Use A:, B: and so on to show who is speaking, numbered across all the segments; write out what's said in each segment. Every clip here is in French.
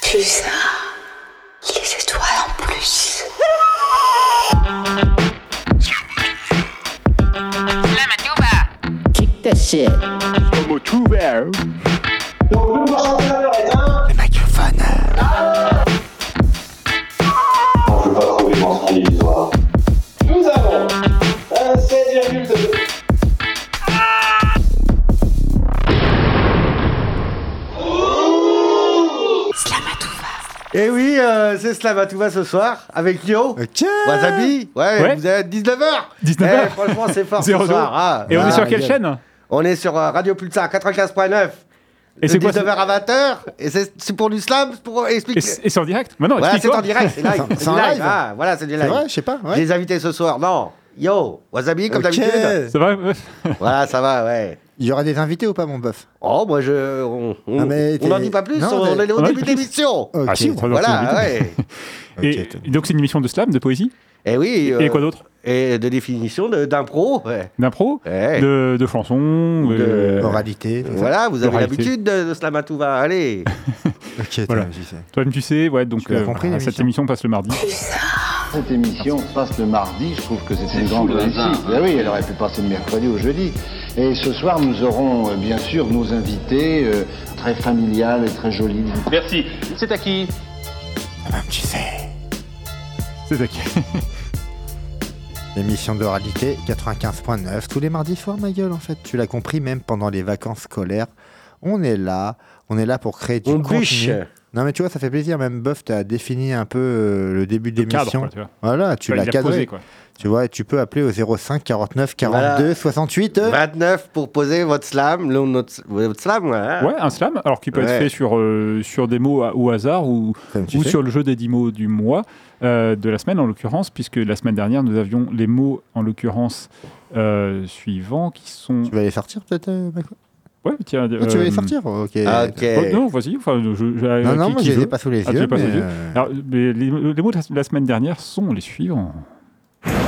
A: plus. Les étoiles en plus.
B: Kick that shit.
C: Ah.
D: On peut pas trouver mention divisoire.
E: Nous avons un 16,2.
F: Et oui, euh, c'est Slamatouva ce soir avec Yo.
C: Ok.
F: Wasabi, ouais,
G: Euh, Ouais.
F: vous êtes 19h
G: 19h.
F: Franchement, c'est fort ce
G: Zéro
F: soir.
G: dos.
F: Ah,
G: Et on
F: ah,
G: est sur quelle
F: bien.
G: chaîne
F: On est sur euh, Radio Pulsar 95.9.
G: Et c'est quoi ce-
F: 19h à 20h Et c'est c'est pour du slam c'est pour
G: Et
F: expliquer.
G: c'est et c'est en direct Bah non,
F: Voilà, c'est
G: explique-toi.
F: en direct, c'est live.
C: C'est en
F: du
C: live.
F: Ah, voilà, c'est du
C: C'est
F: live.
C: vrai, je sais pas.
F: Je
C: Ouais.
F: les invités ce soir, non Yo, Wasabi, comme
C: Ok.
F: d'habitude.
G: Ça va ouais.
F: Voilà, ça va, ouais.
C: Il y aura des invités ou pas, mon bœuf
F: Oh, moi, je. On on-
C: Ah, mais
F: on n'en
C: t'es-
F: dit pas plus,
C: non,
F: on
C: t'es-
F: est au
G: Ouais,
F: début
G: plus.
F: d'émission.
C: Ok.
G: Ah si, on va leur
F: Voilà,
G: faire
F: ouais.
C: Ok,
G: des
C: t'as-
G: vidéos. Et donc c'est une émission de slam, de poésie
F: Et oui.
G: Et
F: euh,
G: quoi d'autre
F: Et de définition de- d'impro. Ouais.
G: D'impro
F: Ouais.
G: de, de chansons
F: De-
G: euh,
C: Oralité. tout ça.
F: Voilà, vous avez
G: Oralité.
F: l'habitude de, de Slamatouva. Allez.
C: Ok, t'as-
G: Voilà.
C: j'y sais.
G: Toi-même tu sais, ouais, donc
C: Tu l'as compris,
G: voilà,
C: l'émission.
G: cette émission passe le mardi.
H: Cette émission passe le mardi, je trouve que c'est une grande réussite. Ben oui, elle aurait pu passer le mercredi ou jeudi. Et ce soir, nous aurons euh, bien sûr nos invités, euh, très familiales et très jolies.
I: Merci. C'est à qui
G: C'est tac.
C: L'émission d'oralité 95.9 tous les mardis soirs, ma gueule, en fait. Tu l'as compris, même pendant les vacances scolaires, on est là. On est là pour créer du
F: On
C: contenu.
F: bûche.
C: Non, mais tu vois, ça fait plaisir. Même Buff, t'as défini un peu euh, le début de
G: Cadre,
C: l'émission.
G: quoi, tu vois.
C: Voilà, tu
G: Enfin,
C: l'as
G: il l'a
C: cadré.
G: posé, quoi.
C: Tu vois, et tu peux appeler au 05 49 42
F: Voilà.
C: 68. euh,
F: 29 pour poser votre slam. le- notre, votre slam, hein. voilà.
G: Ouais, un slam, alors qui peut
F: Ouais.
G: être fait sur, euh, sur des mots à- au hasard ou,
C: comme tu
G: ou
C: fais.
G: sur le jeu des 10 mots du mois, euh, de la semaine en l'occurrence, puisque la semaine dernière, nous avions les mots en l'occurrence euh, suivants qui sont.
C: Tu vas les sortir, peut-être, euh, Maco
G: Ouais, tiens.
C: Ah, Tu vas
G: euh,
C: les sortir Ok.
F: Ah, ok.
G: oh, non, vas-y. Enfin, je, je-
C: Non,
G: qui-
C: non, moi,
G: qui
C: je les ai
G: veut
C: pas sous les
G: Ah, tu
C: yeux.
G: les as pas sous les
C: mais,
G: yeux.
C: euh,
G: Alors, mais les, les mots de la- la semaine dernière sont les suivants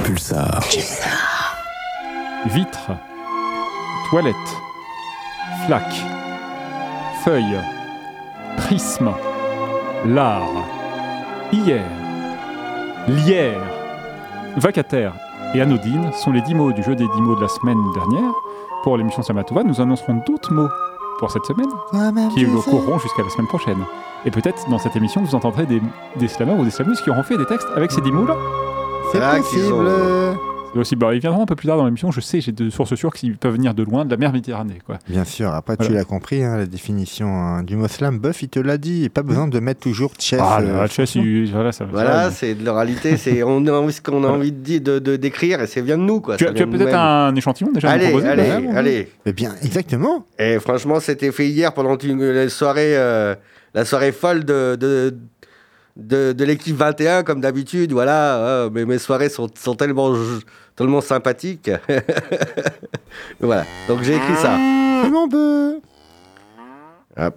J: Pulsar.
G: vitre, toilette, flaque, feuille, prisme, lard, hier, lierre, vacataire et anodine sont les dix mots du jeu des dix mots de la semaine dernière. Pour l'émission Samatova, nous annoncerons d'autres mots pour cette semaine
C: toi-même,
G: qui
C: tu
G: vous
C: sais.
G: courront jusqu'à la semaine prochaine. Et peut-être dans cette émission, vous entendrez des, des slameurs ou des slameuses qui auront fait des textes avec ces dix mots-là.
C: C'est
F: Ah, qu'ils
C: possible.
F: ont-
C: euh.
G: Et aussi, bah, ils viendront un peu plus tard dans l'émission. Je sais, j'ai de sources sûres qu'ils peuvent venir de loin, de la mer Méditerranée. Quoi.
C: Bien sûr, après tu
G: Voilà.
C: l'as compris, hein, la définition hein, du mot slam, Buff il te l'a dit, pas besoin de mettre toujours chess.
G: Hmm. Ah,
C: euh,
G: la chess, il- voilà, ça,
F: Voilà,
G: ça,
F: c'est de l'oralité. C'est on a envie- ce qu'on a envie de dire- de de- d'écrire et c'est bien de nous, quoi.
G: tu
F: ça
G: as, tu as
F: vient de
G: peut-être
F: nous-mêmes.
G: un échantillon déjà à nous
F: Allez,
G: proposer
F: allez,
G: bah,
C: ouais,
F: allez.
C: Eh bien, exactement.
F: Et franchement, c'était fait hier pendant une, la soirée, euh, la soirée folle de, de, de, de l'équipe 21, comme d'habitude. Voilà, euh, mes, mes soirées sont, sont tellement, j- tellement sympathiques. voilà, donc j'ai écrit ça.
C: C'est bon, Buff.
F: Hop.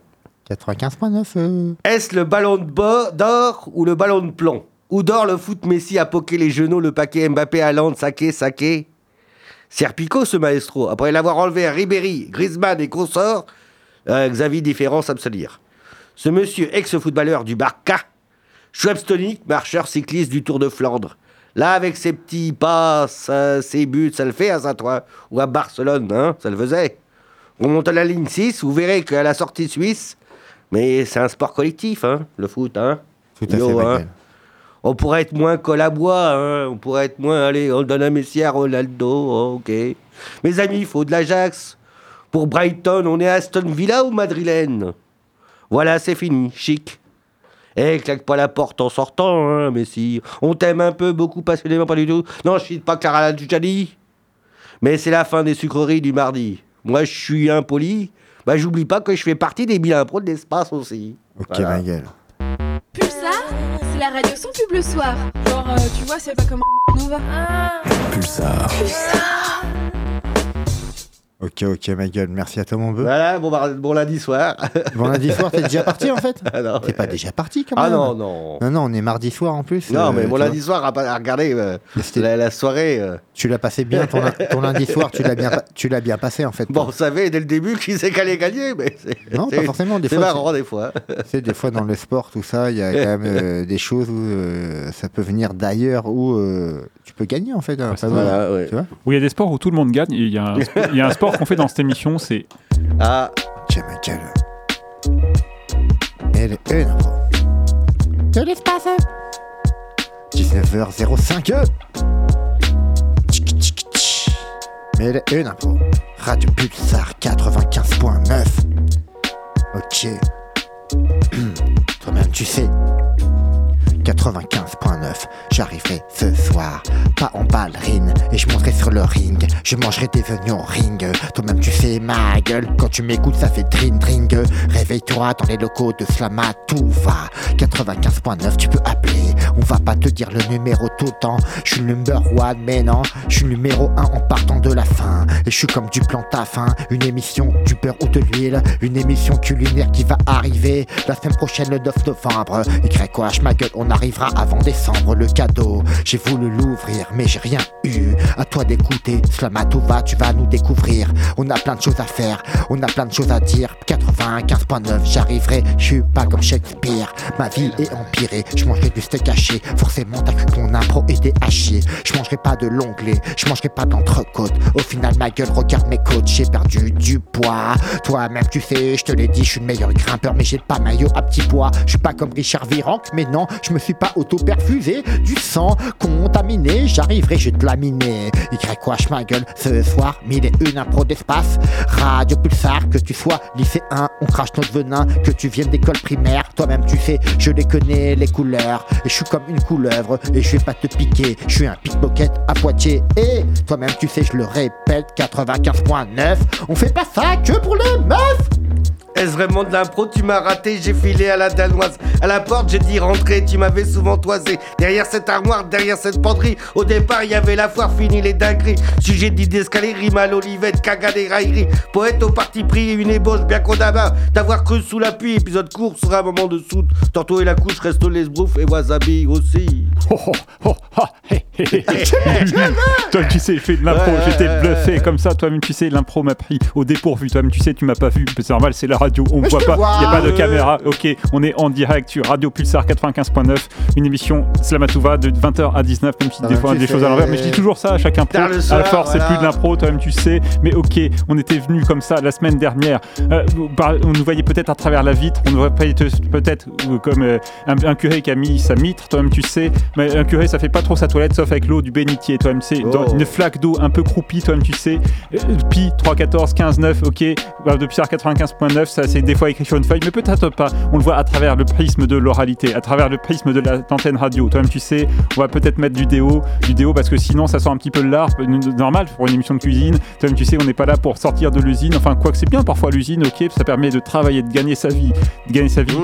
C: 95.9. euh.
F: Est-ce le ballon de bo- d'or ou le ballon de plomb Où dort le foot Messi à poquer les genoux, le paquet Mbappé à Londres, Saké, Saké Serpico, ce maestro, après l'avoir enlevé à Ribéry, Griezmann et consorts, euh, Xavier Différent s'abstenir. Ce monsieur, ex-footballeur du Barca, Schwebstonic, marcheur cycliste du Tour de Flandre. Là, avec ses petits passes, euh, ses buts, ça le fait à Saint-Ouen ou à Barcelone, hein, ça le faisait. On monte à la ligne 6, vous verrez qu'à la sortie suisse, mais c'est un sport collectif, hein, le foot. Hein.
C: Tout à
F: Yo,
C: fait,
F: hein.
C: Michael.
F: On pourrait être moins col à bois, hein, on pourrait être moins, allez, on le donne à Messi, à Ronaldo, oh, ok. Mes amis, il faut de l'Ajax. Pour Brighton, on est Aston Villa ou Madrilène Voilà, c'est fini, chic. Eh, claque pas la porte en sortant, hein, Messi. On t'aime un peu, beaucoup, passionnément, pas du tout. Non, je cite pas Clara Luciani. Mais c'est la fin des sucreries du mardi. Moi, je suis impoli. Bah, j'oublie pas que je fais partie des bilans pro de l'espace aussi.
C: Ok,
F: Voilà.
C: ma gueule.
K: Pulsar, c'est la radio sans pub le soir. Genre, euh, tu vois, c'est pas comme Nova.
J: Pulsar.
C: Ok, ok, ma gueule. Merci à toi, mon bœuf.
F: Voilà, bon, bah, bon lundi soir.
C: Bon lundi soir, t'es déjà parti, en fait
F: ah non,
C: T'es pas déjà parti, quand même
F: ah non, non.
C: Non, non, on est mardi soir, en plus.
F: Non,
C: euh,
F: mais mon
C: tu
F: lundi soir, à, pas- à regarder euh,
C: vois. C'était-
F: la, la soirée. euh,
C: Tu l'as passé bien, ton, ton lundi soir, tu l'as bien, pa- tu l'as bien passé, en fait.
F: Bon, on savait dès le début qu'ils s'est qu'allait gagner, mais c'est
C: non, pas
F: c'est-
C: forcément. Des
F: c'est
C: fois,
F: marrant des fois.
C: Tu sais, des fois dans le sport, tout ça, il y a quand même euh, des choses où euh, ça peut venir d'ailleurs, où euh, tu peux gagner en fait. hein, pas mal.
F: Voilà, ouais.
C: Tu vois
G: Oui, il y a des sports où tout le monde gagne. et Il y a un, sp- il y a un sport qu'on fait dans cette émission, c'est
F: Ah,
C: Tiens, ma gueule. Elle est énorme. De l'espace. 19h05. Tchic, tchic, tchic. Elle est énorme. Radio Pulsar 95.9. Ok. Toi-même, tu sais. 95.9, j'arriverai ce soir, pas en ballerine, et je monterai sur le ring, je mangerai des oignons ring, toi-même tu sais ma gueule, quand tu m'écoutes ça fait tring tring, réveille-toi dans les locaux de Slama, tout va, 95.9 tu peux appeler, on va pas te dire le numéro tout le temps, je suis le number one mais non, je suis le numéro 1 en partant de la fin, et je suis comme du plan à fin, une émission du beurre ou de l'huile, une émission culinaire qui va arriver la semaine prochaine le 9 novembre. YOH ma gueule, on arrivera avant décembre. Le cadeau, j'ai voulu l'ouvrir, mais j'ai rien eu. À toi d'écouter, Slamatova, tu vas nous découvrir. On a plein de choses à faire, on a plein de choses à dire. 95.9, j'arriverai, je suis pas comme Shakespeare. Ma vie est empirée, je mangerai du steak haché. Forcément, t'as cru que mon impro était haché. Je mangerai pas de l'onglet, je mangerai pas d'entrecôte. Au final, ma gueule, regarde mes côtes, j'ai perdu du poids. Toi-même, tu sais, je te l'ai dit, je suis le meilleur grimpeur, mais j'ai pas maillot à petit poids. Je suis pas comme Richard Virenque, mais non, je me suis pas auto-perfusé. Du sang contaminé, j'arriverai, je vais te laminer. YOH ma gueule, ce soir, mille et une impro d'espace. Radio Pulsar, que tu sois lycéen, on crache notre venin, que tu viennes d'école primaire. Toi-même, tu sais, je les connais, les couleurs. Et je suis comme une couleuvre, et je vais pas te piquer. Je suis un pickpocket à Poitiers. Et toi-même, tu sais, je le répète, 95.9, on fait pas ça que pour les meufs.
F: est-ce vraiment de l'impro Tu m'as raté, j'ai filé à la danoise. À la porte, j'ai dit rentrer, tu m'avais souvent toisé. Derrière cette armoire, derrière cette penderie, au départ, il y avait la foire, fini les dingueries. Sujet d'idées escalier, rime à l'olivette, caga des railleries. Poète au parti pris, une ébauche bien condamnable. D'avoir cru sous la pluie, épisode court sera un moment de soute. Tantôt et la couche, reste les broufs et wasabi aussi.
G: Oh, oh, oh, ah, hé, hé, hé. Toi, tu sais, je fais de l'impro,
F: Ouais,
G: j'étais
F: ouais,
G: bluffé
F: ouais.
G: comme ça. Toi-même, tu sais, l'impro m'a pris au dépourvu. Toi-même, tu sais, tu m'as pas vu. C'est normal, c'est la radio, on
C: Mais je
G: voit
C: te
G: pas.
C: vois.
G: Il a pas de
F: Ouais.
G: caméra. Ok, on est en direct sur Radio Pulsar 95.9, une émission Slamatouva de 20h à 19h, même si
C: Ah,
G: des fois,
C: tu
G: des
C: sais.
G: choses à l'envers. Mais je dis toujours ça à chaque impro.
F: Tard le soir,
G: à force, c'est
F: voilà.
G: plus de l'impro, toi-même, tu sais. Mais ok, on était venu comme ça la semaine dernière. Euh, par- on nous voyait peut-être à travers la vitre, on nous voyait peut- peut-être euh, comme euh, un, un curé qui a mis sa mitre, toi-même tu sais, mais un curé ça fait pas trop sa toilette sauf avec l'eau du bénitier, toi-même tu sais, dans
F: Oh.
G: une flaque d'eau un peu croupie, toi-même tu sais, Euh, pi 3, 14, 15, 9, ok, bah, depuis 95.9, ça c'est des fois écrit sur une feuille, mais peut-être pas, on le voit à travers le prisme de l'oralité, à travers le prisme de la- l'antenne radio, toi-même tu sais, on va peut-être mettre du déo, du déo parce que sinon ça sent un petit peu l'art, normal pour une émission de cuisine, toi-même tu sais, on n'est pas là pour sortir de l'usine, enfin quoi que c'est bien parfois l'usine, ok, ça permet de travailler, de gagner sa vie, de gagner sa vie,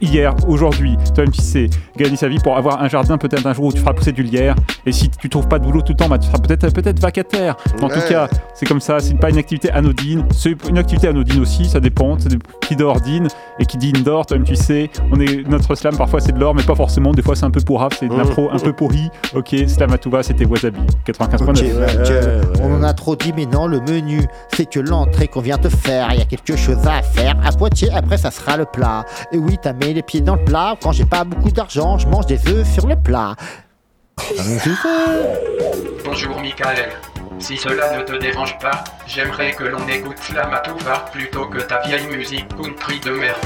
G: hier, aujourd'hui, toi-même tu sais, gagner sa vie pour avoir un jardin peut-être un jour où tu feras pousser du lierre. Et si tu trouves pas de boulot tout le temps, bah, tu seras peut-être peut-être vacataire. En
F: Ouais.
G: tout cas, c'est comme ça, c'est pas une activité anodine. C'est une activité anodine aussi, ça dépend. ça dé- Qui dort dîne et qui dîne dort, toi-même tu sais. On est, notre slam parfois c'est de l'or, mais pas forcément. Des fois c'est un peu pourrave, c'est de
F: Mm.
G: l'impro un peu pourri. Ok, slam à tout va, c'était Wasabi. 95.9.
C: Mmh. Ok, ma gueule.
F: ouais, ouais.
C: Euh, on en a trop dit, mais non, le menu, c'est que l'entrée qu'on vient te faire. Il y a quelque chose à faire. À Poitiers, après, ça sera le plat. Et oui, t'as mis les pieds dans le plat. Quand j'ai pas beaucoup d'argent, je mange des œufs sur le plat. Ah,
B: Bonjour Michael. Si cela ne te dérange pas, j'aimerais que l'on écoute Slamatouva plutôt que ta vieille musique country de merde.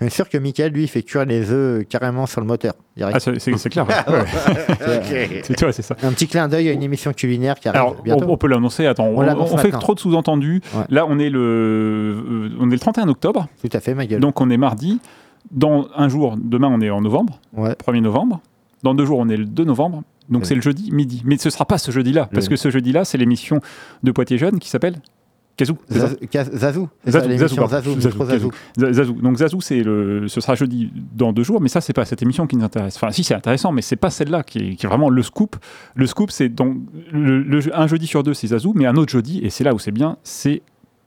C: Mais sûr que Michael, lui, il fait cuire les œufs carrément sur le moteur. direct.
G: Ah, c'est- c'est c'est clair. ouais. Ouais.
F: Ok.
G: C'est- tu vois, c'est ça.
C: Un petit clin d'œil à une émission culinaire qui arrive
G: Alors, on,
C: bientôt.
G: on peut l'annoncer. Attends, on,
C: l'annonce
G: on fait
C: maintenant.
G: trop de sous-entendus.
C: Ouais.
G: Là, on est le, euh, on est le 31 octobre.
C: Tout à fait, ma gueule.
G: Donc on est mardi. Dans un jour, demain on est en novembre,
C: Ouais.
G: 1er novembre. Dans deux jours on est le 2 novembre. Donc
C: Oui.
G: c'est le jeudi midi. Mais ce sera pas ce jeudi-là, parce
C: Oui.
G: que ce jeudi-là c'est l'émission de Poitiers Jeune qui s'appelle Kazoo. c'est ça
C: Zaz- Kaz- Zazou, c'est ça
G: Zazou, Zazou,
C: l'émission
G: pardon.
C: Zazou,
G: Zazou,
C: Métro
G: Kazoo.
C: Zazou.
G: Z- Zazou. Donc Zazou, c'est le, ce sera jeudi dans deux jours, mais ça, c'est pas cette émission qui nous intéresse. Enfin, si, c'est intéressant, mais c'est pas celle-là qui, est- qui est vraiment le scoop. Le scoop, c'est donc le- le- un jeudi sur deux, c'est Zazou, mais un autre jeudi, et c'est là où c'est bien, c'est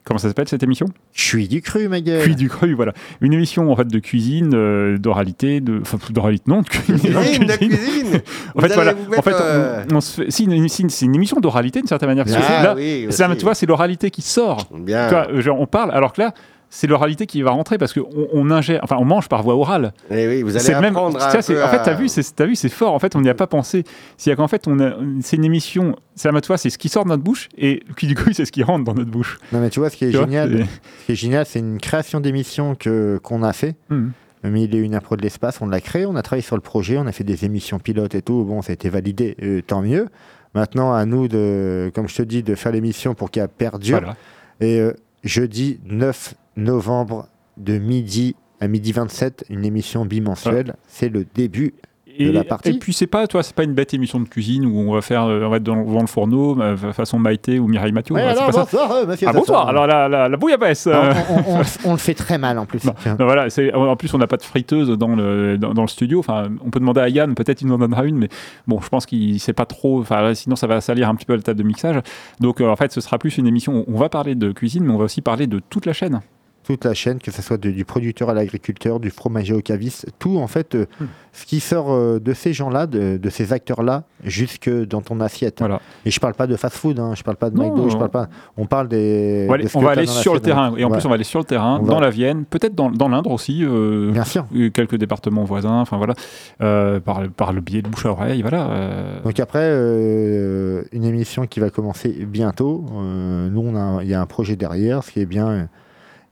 G: comment ça s'appelle cette émission
C: Je suis du cru, ma gueule.
G: Cuit du cru, voilà. Une émission en fait de cuisine, euh, d'oralité, de, enfin d'oralité, non, de cuisine.
F: Cuisine, la cuisine
G: En
F: Vous
G: fait, voilà.
F: allez vous
G: En
F: mettre,
G: fait,
F: euh,
G: on, on se fait- si, une- si, c'est une émission d'oralité d'une certaine manière. Parce que
F: Ah
G: là,
F: oui,
G: c'est-
F: aussi.
G: tu vois, c'est l'oralité qui sort.
F: Bien.
G: Tu vois, euh, genre, on parle, alors que là, c'est l'oralité qui va rentrer parce qu'on on ingère, enfin, on mange par voie orale.
F: Eh oui, vous allez
G: C'est le même.
F: apprendre à
G: ça,
F: un
G: c'est-
F: peu
G: en fait,
F: à-
G: t'as vu, c'est t'as vu, c'est fort. En fait, on n'y a pas pensé. C'est qu'en fait, on a- c'est une émission. C'est la toi, c'est ce qui sort de notre bouche et qui du coup, c'est ce qui rentre dans notre bouche.
C: Non, mais tu vois, ce qui est
G: Tu vois,
C: génial,
G: c'est-
C: ce qui est génial, c'est une création d'émission que qu'on a fait.
G: Hmm.
C: Mais il est une impro de l'espace, on l'a créé, on a travaillé sur le projet, on a fait des émissions pilotes et tout. Bon, ça a été validé, euh, tant mieux. Maintenant, à nous de, comme je te dis, de faire l'émission pour qu'elle perdure.
G: Voilà.
C: Et euh, jeudi 9 novembre de midi à midi 27, une émission bimensuelle. C'est le début.
G: Et,
C: de la partie.
G: et puis c'est pas, toi, c'est pas une bête émission de cuisine où on va faire, euh, on va être dans, devant le fourneau euh, façon Maïté ou Mireille Mathieu.
C: Ouais,
G: c'est
C: alors,
G: pas ça.
C: bonsoir, euh, monsieur
G: Ah
C: Sassoir.
G: bonsoir. Alors la la, la bouillabaisse.
C: Ah,
G: euh,
C: on, on- on- on le fait très mal en plus.
G: Non,
C: Tiens.
G: non, voilà, c'est- en en plus, on n'a pas de friteuse dans le, dans, dans le studio. Enfin, on peut demander à Yann, peut-être il nous en donnera une, mais bon, je pense qu'il ne sait pas trop. Enfin, là, sinon, ça va salir un petit peu la table de mixage. Donc, euh, en fait, ce sera plus une émission. où On va parler de cuisine, mais on va aussi parler de toute la chaîne.
C: toute la chaîne, que ce soit de- du producteur à l'agriculteur, du fromager au caviste, tout en fait, euh,
G: Hmm.
C: ce qui sort euh, de ces gens-là, de, de ces acteurs-là, jusque dans ton assiette.
G: Voilà.
C: Et je parle pas de fast-food, hein, je parle pas de
G: Non,
C: McDo, je
G: non.
C: parle pas. On parle des.
G: On va aller,
C: de ce
G: on
C: que
G: va
C: t'as
G: aller
C: dans
G: sur le
C: l'assiette. hein.
G: terrain. Et en
C: Ouais.
G: plus, on va aller sur le terrain,
C: On va-
G: dans la Vienne, peut-être dans, dans l'Indre aussi. euh,
C: Bien sûr.
G: euh, quelques départements voisins, enfin voilà, euh, par, le- par le biais de bouche à oreille, voilà. euh,
C: Donc après, euh, une émission qui va commencer bientôt. Euh, nous, on a- il y a un projet derrière, ce qui est bien.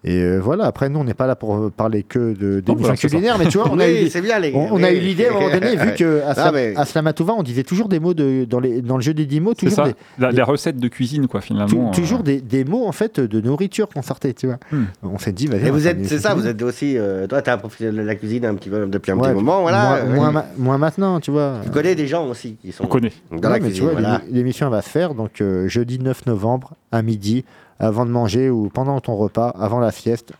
C: Et euh, voilà, après, nous, on n'est pas là pour euh, parler que de- d'émissions
G: voilà, c'est ça.
C: culinaires, mais tu vois, on a eu
F: Oui, c'est bien, les gars.
C: On, on a
F: Oui.
C: eu l'idée à un moment donné, vu que Aslam,
F: mais-
C: Aslam Atouva, on disait toujours des mots de, dans, les, dans le jeu des dix mots,
G: c'est
C: toujours,
G: ça,
C: des,
G: la-
C: des-
G: les recettes de cuisine, quoi,
C: tou-
G: finalement. euh,
C: toujours des, des mots en fait de nourriture qu'on sortait, tu vois.
G: Hmm.
C: On s'est dit, vas-y.
F: Et
C: on va
F: vous
C: faire
F: êtes,
C: des-
F: c'est ça, vous êtes aussi. euh, toi, t'as un profil de la cuisine un petit peu depuis un
C: Ouais,
F: petit moment, voilà. euh,
C: Moins,
F: Ouais.
C: moins ma- moins maintenant, tu vois.
F: Tu connais des gens aussi qui sont
G: on connaît.
F: dans
C: Non,
F: la
C: mais tu
F: cuisine,
C: vois,
F: voilà.
C: l'émi- l'émission elle va se faire donc euh, jeudi 9 novembre à midi, avant de manger ou pendant ton repas, avant la sieste.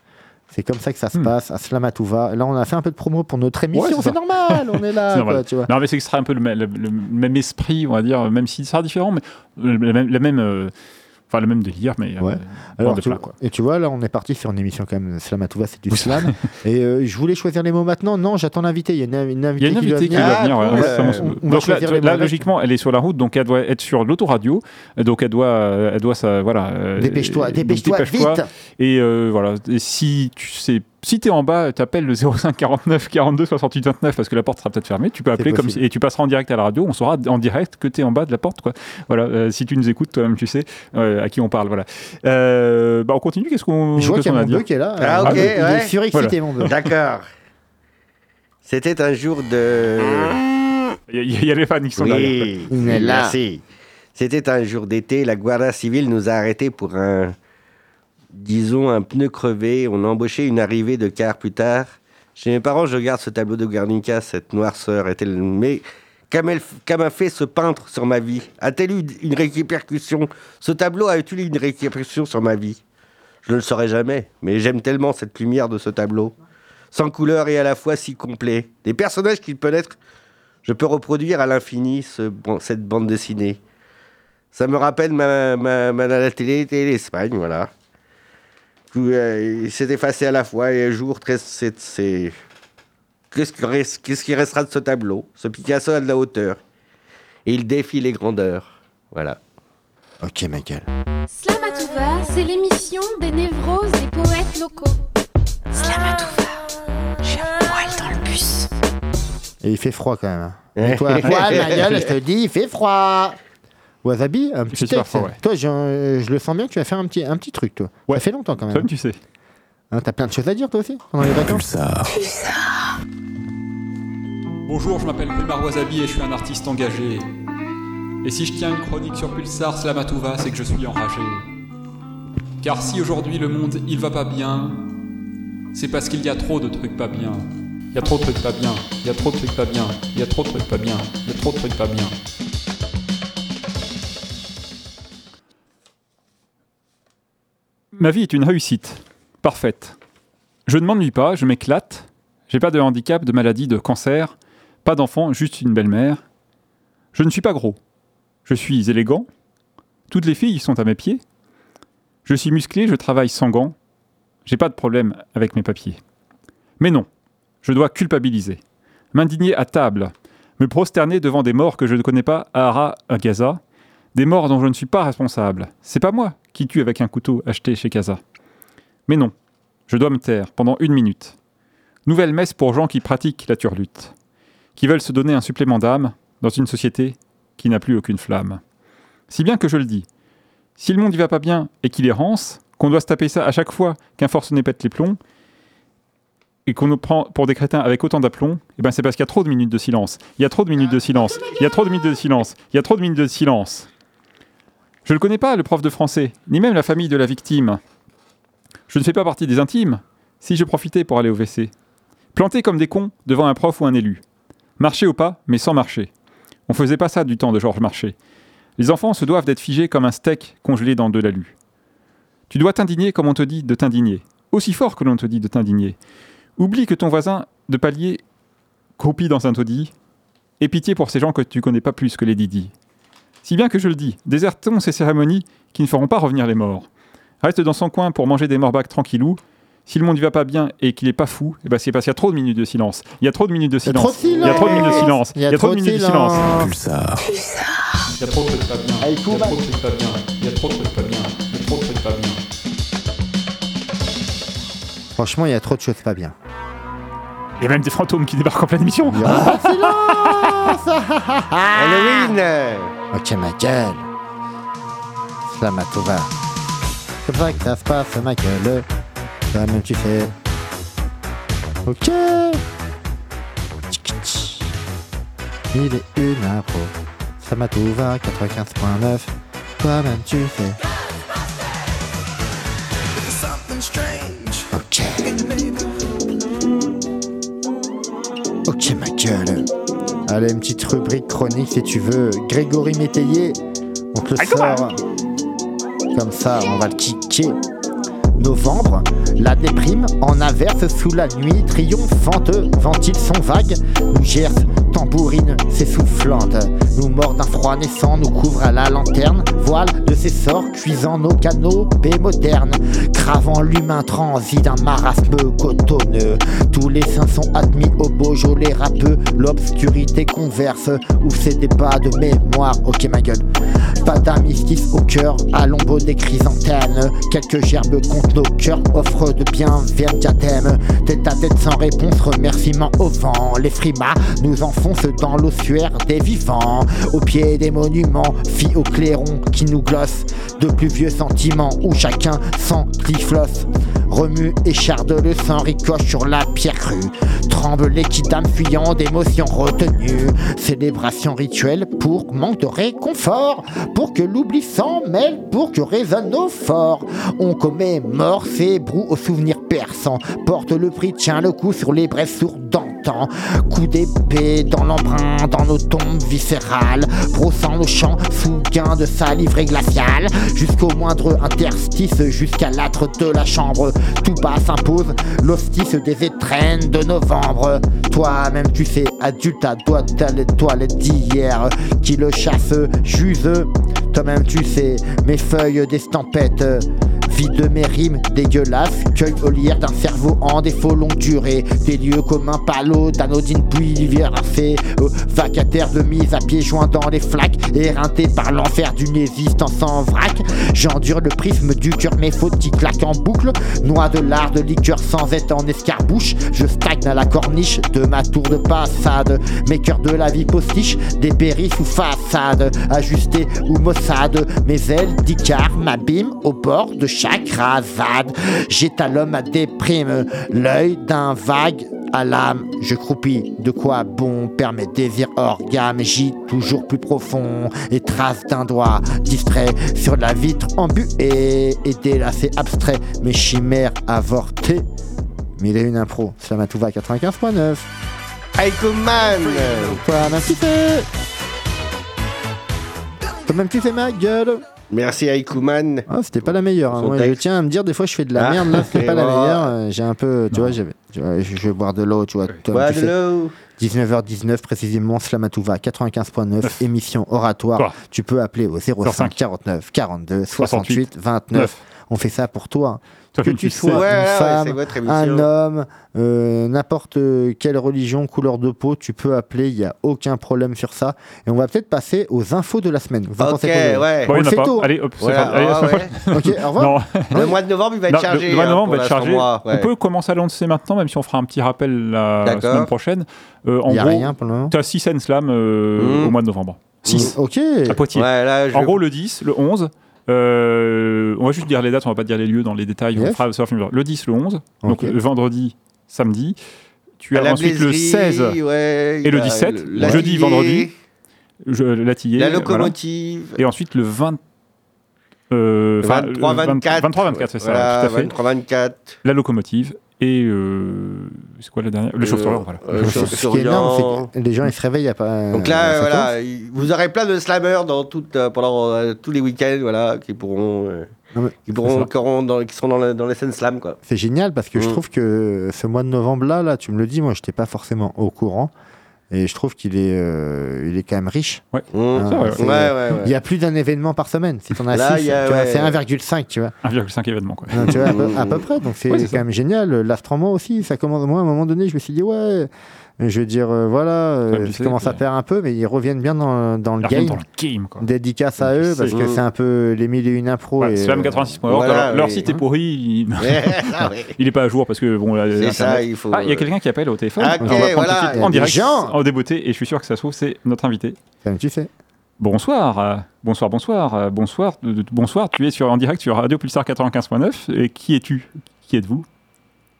C: C'est comme ça que ça se
G: Hmm.
C: passe, Aslam Atouva. Là, on a fait un peu de promo pour notre émission,
G: c'est
C: c'est
G: ça.
C: normal, on Ah, est là,
G: C'est normal.
C: quoi, tu vois.
G: Non, mais c'est que ce serait un peu le, même- le- le même esprit, on va dire, même si ça sera différent, mais le, le même. le même, euh, Enfin, le même délire, mais.
C: Ouais.
G: euh,
C: Alors,
G: de
C: tu
G: plat,
C: vois-
G: quoi.
C: et tu vois, là, on est parti sur une émission quand même. Slam à tout va, c'est du slam. et euh, je voulais choisir les mots maintenant. Non, j'attends l'invité. Il y a une, une
G: Il
C: invitée,
G: y a une
C: doit
G: invitée qui
C: venir.
G: va venir.
F: Ah,
G: ouais,
F: cool.
G: ouais,
F: Euh,
G: c'est
C: on-
G: bon.
C: on va
G: donc là,
C: choisir les
G: là,
C: mots.
G: logiquement, elle est sur la route, donc elle doit être sur l'autoradio. Donc elle doit, elle doit ça, voilà. euh,
C: Dépêche-toi,
G: donc
C: dépêche-toi, vite.
G: Et euh, voilà, et si tu sais, si t'es en bas, t'appelles le 05 49 42 68 29 parce que la porte sera peut-être fermée. Tu peux appeler comme
C: possible.
G: si- et tu passeras en direct à la radio. On saura en direct que t'es en bas de la porte, quoi. Voilà, euh, si tu nous écoutes toi-même, tu sais euh, à qui on parle. Voilà. Euh, bah on continue. Qu'est-ce qu'on
C: Je vois
G: qu'est-ce
C: qu'il y
G: qu'on
C: a
G: a à
C: mon
G: dire
C: bleu qui est là.
F: Ah,
C: Alors,
F: ok,
C: il est- Il
F: ouais.
C: est surexcité, mon bleu.
F: D'accord. C'était un jour de.
G: Il y a- il y, a les fans qui sont derrière.
F: Oui,
C: Il est là.
F: merci. C'était un jour d'été, la Guarda civile nous a arrêtés pour un, disons, un pneu crevé. On a embauché une arrivée de car plus tard. Chez mes parents, je garde ce tableau de Guernica, cette noirceur est-elle... Mais qu'a mal- qu'a m'a fait ce peintre sur ma vie A-t-elle eu une répercussion Ce tableau a-t-il eu une répercussion sur ma vie Je ne le saurai jamais, mais j'aime tellement cette lumière de ce tableau. Sans couleur et à la fois si complet. Des personnages qu'il peut être je peux reproduire à l'infini ce ban- cette bande dessinée. Ça me rappelle ma, ma, ma- la télé et l'Espagne, voilà. Tout, euh, il s'est effacé à la fois et un jour, très- c'est... c'est- Qu'est-ce qui, reste- qu'est-ce qui restera de ce tableau Ce Picasso a de la hauteur. Et il défie les grandeurs. Voilà.
C: Ok, Michael.
K: Slam à tout va, c'est l'émission des névroses des poètes locaux.
A: Slam à tout va. Je suis un poil dans le bus.
C: Et il fait froid quand même. hein. Et toi, froid, ma gueule, je te le dis, il fait froid. Wasabi, un petit
G: fait super
C: texte.
G: froid, ouais.
C: Toi, j'ai un- je le sens bien que tu vas faire un petit, un petit truc, toi.
G: Ouais.
C: Ça fait longtemps quand même.
G: Comme tu sais.
C: Hein, T'as plein de choses à dire, toi aussi, pendant les vacances.
J: Pulsar,
I: Bonjour, je m'appelle Plumar Wasabi et je suis un artiste engagé. Et si je tiens une chronique sur Pulsar Slamatouva, c'est que je suis enragé. Car si aujourd'hui le monde il va pas bien, c'est parce qu'il y a trop de trucs pas bien. Il y a trop de trucs pas bien, il y a trop de trucs pas bien, il y a trop de trucs pas bien, il y a trop de trucs pas bien.
G: Ma vie est une réussite. Parfaite. Je ne m'ennuie pas, je m'éclate. J'ai pas de handicap, de maladie, de cancer. Pas d'enfant, juste une belle-mère. Je ne suis pas gros. Je suis élégant. Toutes les filles sont à mes pieds. Je suis musclé, je travaille sans gants. J'ai pas de problème avec mes papiers. Mais non, je dois culpabiliser. M'indigner à table. Me prosterner devant des morts que je ne connais pas à Hara, à Gaza. Des morts dont je ne suis pas responsable. C'est pas moi qui tue avec un couteau acheté chez Gaza. Mais non, je dois me taire pendant une minute. Nouvelle messe pour gens qui pratiquent la turlute, qui veulent se donner un supplément d'âme dans une société qui n'a plus aucune flamme. Si bien que je le dis, si le monde y va pas bien et qu'il est rance, qu'on doit se taper ça à chaque fois qu'un forcené pète les plombs, et qu'on nous prend pour des crétins avec autant d'aplomb, eh ben c'est parce qu'il y a trop de minutes de silence. Il y a trop de minutes de silence. Il y a trop de minutes de silence. Il y a trop de minutes de silence. Je ne le connais pas, le prof de français, ni même la famille de la victime. Je ne fais pas partie des intimes, si je profitais pour aller au WC. Planté comme des cons devant un prof ou un élu. Marcher au pas, mais sans marcher. On faisait pas ça du temps de Georges Marché. Les enfants se doivent d'être figés comme un steak congelé dans de l'alu. Tu dois t'indigner comme on te dit de t'indigner, aussi fort que l'on te dit de t'indigner. Oublie que ton voisin de palier croupit dans un taudis, et pitié pour ces gens que tu connais pas plus que les didis. Si bien que je le dis, désertons ces cérémonies qui ne feront pas revenir les morts. Reste dans son coin pour manger des morbacs tranquillou. Si le monde ne va pas bien et qu'il n'est pas fou, eh ben c'est parce qu'il y a trop de minutes de silence. Il y a trop de minutes de silence.
C: Il y a trop de
G: minutes de silence.
C: Il y a trop de
G: minutes de
C: silence.
G: silence.
J: Pulsar.
I: Il y a trop de trucs pas bien. Il y a trop de trucs pas bien. Il y a trop de trucs pas bien. Il y a trop de trucs pas bien.
C: Franchement, il y a trop de choses pas bien.
G: Il y a même des fantômes qui débarquent en pleine émission.
C: Il y a trop de silence
F: Halloween
C: Ok, ma gueule. Slamatova. C'est pour ça que ça se passe, ma gueule. Ça me tu fais. Ok. Il est une impro. Slamatova 95.9. Toi-même tu fais. Ok. Ok, ma gueule. Allez, une petite rubrique chronique si tu veux. Grégory Métayer, on te le sort. Comme ça, on va le kicker. Novembre, la déprime en averse sous la nuit triomphante, ventile son vague, nous gerce, tambourine s'essoufflante, nous mord d'un froid naissant, nous couvre à la lanterne, voile de ses sorts cuisant nos canopées modernes, cravant l'humain transi d'un marasme cotonneux, tous les saints sont admis au Beaujolais râpeux, l'obscurité converse, ou ces débats de mémoire, ok ma gueule, pas d'un mystique au cœur, à l'ombre des chrysanthèmes, quelques gerbes contre nos cœurs, offre de bien vers diadème. Tête à tête sans réponse, remerciement au vent. Les frimas nous enfoncent dans l'ossuaire des vivants. Au pied des monuments, filles au clairon qui nous glossent. De plus vieux sentiments où chacun sent flosse Remue et charde le sang ricoche sur la pierre crue. Tremble l'équidame fuyant d'émotions retenues. Célébration rituelle pour manque de réconfort. Pour que l'oubli s'en mêle, pour que résonne nos forts. On commet mort, s'ébroue au souvenir perçant. Porte le prix, tient le coup sur les brefs sourds d'antan. Coup d'épée dans l'embrun, dans nos tombes viscérales. Brossant nos champs sous gain de salive glaciale. Jusqu'au moindre interstice, jusqu'à l'âtre de la chambre. Tout bas s'impose l'hostice des étrennes de novembre. Toi-même, tu sais, adulte à doigt les toilettes d'hier. Qui le chasse, juse. Toi-même, tu sais, mes feuilles d'estampette. Vie de mes rimes dégueulasses, cueille au lierre d'un cerveau en défaut longue durée, des lieux communs palos, d'anodines puis l'hiver assez, euh, vacataire de mise à pieds joints dans les flaques, éreinté par l'enfer d'une existence en vrac, j'endure le prisme du cœur, mes fautes qui claquent en boucle, noix de l'art de liqueur sans être en escarbouche, je stagne à la corniche de ma tour de passade, mes cœurs de la vie postiche, dépéris sous façade, ajusté ou maussade, mes ailes d'Icare m'abîment au bord de chaque ravade. J'étale l'homme à déprime, l'œil d'un vague à l'âme. Je croupis, de quoi bon perd mes désirs hors gamme. J'y toujours plus profond et trace d'un doigt distrait sur la vitre embuée et délacé abstrait. Mes chimères avortées. Mille et une impro, Slamatouva 95.9.
F: Aiko Man
C: Toi, même tu fais. Toi, même tu fais ma gueule.
F: Merci Aikuman.
C: Ah, c'était pas la meilleure. hein.
F: Son
C: Moi, je
F: texte.
C: tiens à me dire, des fois, je fais de la
F: Ah,
C: merde. Là, c'est
F: c'est
C: pas la
F: moi.
C: meilleure. Euh, J'ai un peu, tu vois, j'avais- tu vois, je je vais boire de l'eau, tu vois. toi,
F: Bois
C: tu
F: de
C: sais.
F: l'eau.
C: 19h19 précisément, Slamatouva 95.9, émission oratoire.
G: Quoi
C: tu peux appeler au 05
G: 05
C: 49 42 68 29.
G: 9.
C: On fait ça pour toi.
G: Toi,
C: que
G: tu
C: tu
G: le sais.
F: Ouais,
C: sois une
F: ouais, ouais,
C: femme,
F: c'est votre émission.
C: un homme, euh, n'importe quelle religion, couleur de peau, tu peux appeler, il n'y a aucun problème sur ça. Et on va peut-être passer aux infos de la semaine. Vous
F: Ok,
C: en pensez quoi, Xavier
F: ouais.
C: On
G: Bon, il y en
C: le
G: a
C: fait
G: pas.
C: tôt.
G: Allez, hop, c'est
F: Voilà,
G: parti. Allez, la
F: ah
G: semaine
F: ouais.
G: prochaine.
C: Ok, au revoir.
G: Non.
F: Le mois de novembre, il va
G: Non,
F: être
G: le-
F: chargé.
G: le mois de
F: hein,
G: novembre
F: pour
G: va être
F: l'instant,
G: chargé.
F: moi, ouais.
G: On peut commencer à lancer maintenant, même si on fera un petit rappel la
F: D'accord.
G: semaine prochaine. Euh, en
C: Il n'y a
G: gros,
C: rien pour le moment.
G: tu as 6 scènes slam euh,
F: Mm.
G: au mois de novembre. 6
C: Mm. Ok.
G: à Poitiers.
F: Ouais, là, je-
G: En gros, le 10, le 11. euh, on va juste dire les dates, on va pas dire les lieux dans les détails.
C: Yes.
G: On fera ça au fur et à mesure. le 10, le 11,
C: Ok.
G: donc le vendredi, samedi. Tu
F: à
G: as
F: la
G: ensuite le
F: Blaiserie,
G: 16,
F: ouais, bah, il
G: et le
F: va-
G: 17,
F: la-
G: jeudi,
F: l'atelier,
G: vendredi, je- l'atelier.
F: La
G: voilà.
F: locomotive.
G: Et ensuite le 20. euh, enfin,
F: 23,
G: le 20
F: 24.
G: 23, 24, c'est ça,
F: Voilà,
G: tout à fait.
F: 23, 24.
G: La locomotive et. euh, c'est quoi la dernière Le chauffeur, voilà.
F: euh,
C: Ce-
F: chauve-
C: Ce qui est énorme, c'est que les gens ils se réveillent il n'y a pas.
F: Donc là,
C: euh,
F: voilà, il- vous aurez plein de slammers dans toute, euh, pendant euh, tous les week-ends, voilà, qui pourront, euh,
C: Non, mais
F: qui
C: c'est
F: pourront,
C: ça.
F: qui, auront dans- qui seront dans, la- dans les scènes slam, quoi.
C: C'est génial parce que je
F: Mm.
C: trouve que ce mois de novembre-là, là, tu me le dis, moi, je n'étais pas forcément au courant. Et je trouve qu'il est, euh, il est quand même riche.
F: Mmh.
C: Ça, ouais,
F: ouais,
C: ouais.
F: ouais, ouais.
C: Il y a plus d'un événement par semaine. Si t'en as
F: Là,
C: six,
F: il y a-
C: tu vois,
F: ouais. Mm.
C: c'est 1,5, tu vois.
G: 1,5 événement, quoi.
C: Non, tu vois, à, peu, à peu près. Donc c'est
G: Ouais, c'est
C: quand
G: ça.
C: même génial. L'astromo aussi, ça commence. Moi, à un moment donné, je me suis dit, ouais, je veux dire, euh, voilà,
G: Comme
C: euh,
G: tu
C: je
G: sais,
C: commence à
G: puis-
C: perdre un peu, mais ils reviennent bien dans, dans le
G: Il revient
C: game.
G: dans le game, quoi.
C: Dédicace à
G: Comme tu
C: eux,
G: sais.
C: parce que
F: Mm.
C: c'est un peu les mille et une impro.
G: Ouais,
C: et, euh,
G: Slam86.org.
F: voilà,
G: alors, leur
F: oui.
G: site est pourri, il...
F: Ah, oui.
G: il est pas à jour parce que bon, là,
F: C'est
G: Internet-
F: ça, il faut. Ah,
G: Ah, il y a quelqu'un qui appelle au téléphone.
C: Ah,
F: Ok,
G: On va prendre tout de
F: voilà,
G: suite
F: il y a
G: en
C: des
G: direct,
C: gens.
G: en débeauté, et je suis sûr que ça se trouve, c'est notre invité.
C: Comme tu sais.
G: Bonsoir, euh, bonsoir, bonsoir, euh, bonsoir, de- de- bonsoir. Tu es sur, en direct sur Radio Pulsar 95.9. Et qui es-tu Qui êtes-vous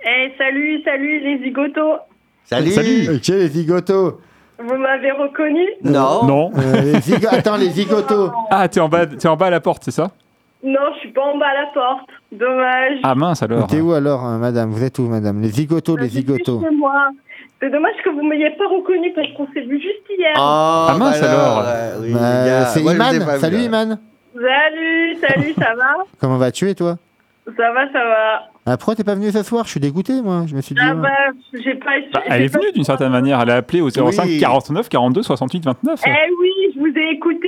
L: Eh, salut, salut les zigotos.
F: Salut.
G: Salut.
C: Ok, les zigotos.
L: Vous m'avez reconnu
F: Non.
G: Non.
C: Euh, les zigo- Attends, les zigotos.
G: Ah, t'es en bas, t'es en bas à la porte, c'est ça
L: Non, je suis pas en bas à la porte. Dommage.
G: Ah mince alors.
C: T'es où alors, hein, madame Vous êtes où, madame Les zigotos, les
L: Je suis
C: zigotos.
L: chez moi. C'est dommage que vous m'ayez pas reconnu parce qu'on s'est vu juste hier.
F: Ah,
G: mince, alors.
F: ouais, oui,
C: Bah,
F: il y a-
C: c'est
F: moi, je vous ai pas
C: Iman.
F: vu,
C: Salut,
F: là.
C: Iman.
L: Salut, salut, ça va
C: Comment vas-tu et toi
L: Ça va, ça va.
C: ah, Pourquoi t'es pas venu ce soir Je suis dégoûté, moi. Je me suis dit.
L: Ah
C: ouais.
L: bah, j'ai pas
G: Bah, elle est venue d'une certaine manière. Elle a appelé au 05
F: Oui.
G: 49 42 68 29.
L: Eh oui, je vous ai écouté.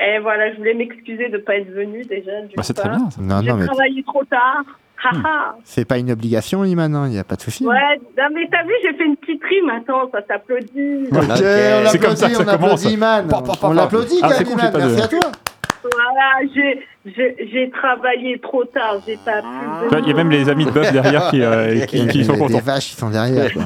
L: Eh voilà, je voulais m'excuser de pas être venue déjà. d'une
G: Bah, c'est très
L: part.
G: bien.
C: Non,
L: J'ai
C: non, mais
L: travaillé trop tard.
G: Hmm.
L: Haha.
C: c'est pas une obligation, Iman. hein. Il n'y a pas de souci.
L: Ouais, non, mais t'as vu, j'ai fait une petite rime. Attends, ça t'applaudit.
F: Ok.
C: Ok, on
G: C'est comme
C: l'applaudit,
G: ça que ça
C: on
G: commence.
C: applaudit Iman.
G: Pa, pa, pa,
C: On
G: pa.
C: l'applaudit,
G: Ah,
C: quand
G: c'est
C: même,
G: cool, j'ai
C: Iman.
G: pas de-
C: Merci à toi.
L: Voilà, j'ai- j'ai j'ai travaillé trop tard, j'ai pas pu.
G: Tu vois,
L: venir.
G: Il y a même les amis de Buff derrière qui, euh, qui, qui sont
C: Il y a Des
G: contents.
C: vaches qui sont derrière. quoi.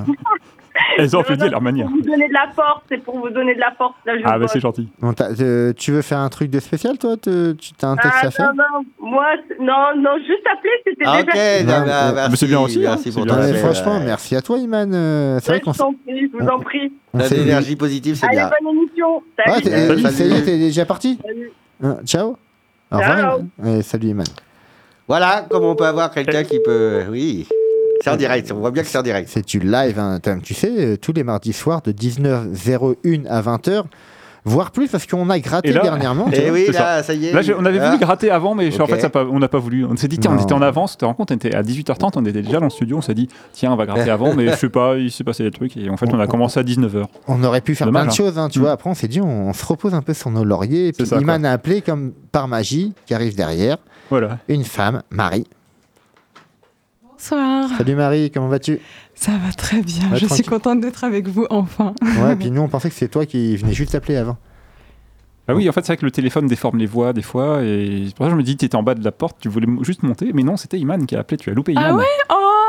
G: Elles ont
L: Non,
G: applaudi
L: non,
G: à leur manière.
L: Pour vous donner de la force, c'est pour vous donner de la force. Là, je
G: Ah bah
L: bosse.
G: c'est gentil.
C: Bon, t'as- euh, tu veux faire un truc de spécial, toi Te- Tu t'as un texte à faire
L: Ah non, non, moi, c'est- non, non, juste appeler, c'était déjà.
F: Ah, ok,
L: fait.
F: non,
C: Non,
F: bah,
C: mais-
F: merci,
G: mais c'est bien aussi, hein,
F: Merci
G: c'est
F: pour
G: bien.
F: ton
C: euh, Ouais,
F: appel,
C: Franchement,
F: ouais.
C: merci à toi, Iman. Euh, C'est vrai
L: Ouais,
C: qu'on
L: je
C: s'est.
L: t'en prie, je vous en prie.
C: on
F: La
C: s'est-
F: énergie positive, c'est
L: Allez,
F: bien.
L: bonne émission.
C: Ouais,
L: Salut.
C: t'es- euh,
G: Salut.
C: ça y est, t'es déjà parti
L: Salut.
C: Hein, Ciao. Au revoir,
L: Ciao.
C: Iman. Ouais, Salut, Iman.
F: Voilà comment on peut avoir quelqu'un qui peut. Oui. C'est en direct, on voit bien que c'est en direct.
C: C'est du live, hein. Tom, tu sais, euh, tous les mardis soirs de 19h01 à 20h, voire plus parce qu'on a gratté
G: Et là-
C: Ah, dernièrement. tu
F: Et Eh
C: vois.
F: oui,
G: C'est
F: là, ça y est.
G: Là j'ai- on avait
F: Ah.
G: voulu gratter avant mais je- en
F: Ok.
G: fait ça pas- on n'a pas voulu. On s'est dit tiens on
C: Non.
G: était en avance, tu te rends compte on était à 18h30, on était déjà dans le studio, on s'est dit tiens on va gratter avant mais je sais pas, il s'est passé des trucs et en fait on a commencé à 19h.
C: On aurait pu faire
G: Dommage,
C: plein de
G: hein.
C: choses, hein, tu
G: Mm.
C: vois. Après, on s'est dit, on, on se repose un peu sur nos lauriers. Et
G: C'est
C: puis,
G: ça,
C: Iman a appelé, comme par magie, qui arrive derrière,
G: Voilà.
C: une femme, Marie.
M: Bonsoir,
C: Salut Marie, comment vas-tu
M: ça va très bien.
C: Ouais,
M: je suis
C: tranquille.
M: contente d'être avec vous enfin.
C: Ouais, puis nous, on pensait que c'était toi qui venais juste t'appeler avant.
G: Ah oui en fait c'est vrai que le téléphone déforme les voix des fois et c'est pour ça que je me dis t'étais en bas de la porte, tu voulais m- juste monter mais non c'était Iman qui a appelé, tu as loupé Iman.
M: Ah ouais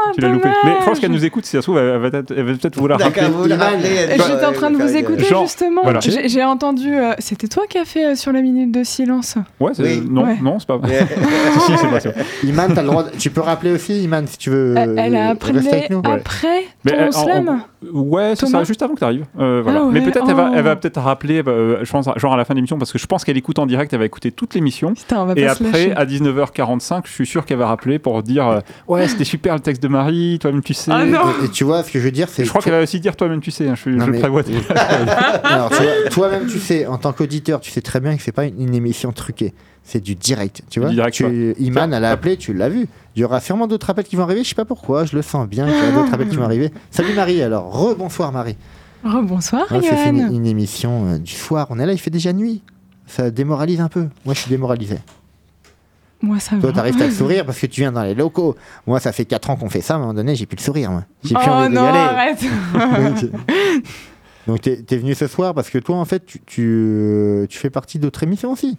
M: Oh,
G: Tu l'as loupé.
M: dommage.
G: Mais je pense qu'elle nous écoute, si ça se trouve, elle va, peut-être- elle va peut-être vouloir
F: D'accord,
G: rappeler.
F: vous le rappelez,
M: Et Ah, J'étais en train de vous
F: Karine.
M: écouter
G: Genre,
M: justement.
G: voilà.
M: J'ai j'ai entendu. euh, C'était toi qui as fait euh, sur la minute de silence.
G: Ouais, c'est-
F: Oui.
G: non,
M: Ouais.
G: non, c'est pas vrai.
F: Ouais.
G: si, si, c'est pas ça.
C: Iman, t'as le droit. de- Tu peux rappeler aussi, Iman, si tu veux.
M: Elle- elle a appris
C: rester euh, avec nous. euh,
M: après
G: Mais
M: ton
G: elle- en-
M: slam.
G: en- ouais, c'est
M: Thomas
G: ça, juste avant que tu arrives. voilà.
M: Ah ouais,
G: Mais peut-être elle va,
M: oh.
G: elle va peut-être rappeler, euh, je pense, genre à la fin de l'émission, parce que je pense qu'elle écoute en direct, elle va écouter toute l'émission.
M: Putain, on va
G: Et
M: pas se
G: après,
M: lâcher.
G: à 19h45, je suis sûr qu'elle va rappeler pour dire euh, Ouais, c'était super le texte de Marie, toi-même tu sais.
M: Ah non.
C: Et, et tu vois, ce que je veux dire, c'est.
G: Je crois qu'elle va aussi dire toi-même tu sais, hein, je,
C: Non,
G: je
C: mais-
G: prévois.
C: Alors, tu vois, toi-même, tu sais, en tant qu'auditeur, tu sais très bien que c'est pas une, une émission truquée. C'est du direct, tu vois.
G: Du direct,
C: tu, Iman, elle a appelé, tu l'as vu. Il y aura sûrement d'autres appels qui vont arriver, je sais pas pourquoi, je le sens bien qu'il y a d'autres appels qui vont arriver. Salut Marie, alors, rebonsoir Marie.
M: Rebonsoir,
C: Ouais, c'est
M: Ah, Yoann.
C: une, une émission euh, du soir, on est là, il fait déjà nuit. Ça démoralise un peu. Moi, je suis démoralisé.
M: Moi, ça
C: Toi,
M: va.
C: t'arrives à le sourire parce que tu viens dans les locaux. Moi, ça fait 4 ans qu'on fait ça, à un moment donné, j'ai plus le sourire. moi. J'ai plus
M: oh
C: envie de
M: non,
C: y aller.
M: arrête.
C: Donc, euh, Donc, t'es t'es venu ce soir parce que toi, en fait, tu, tu, euh, tu fais partie d'autres émissions aussi.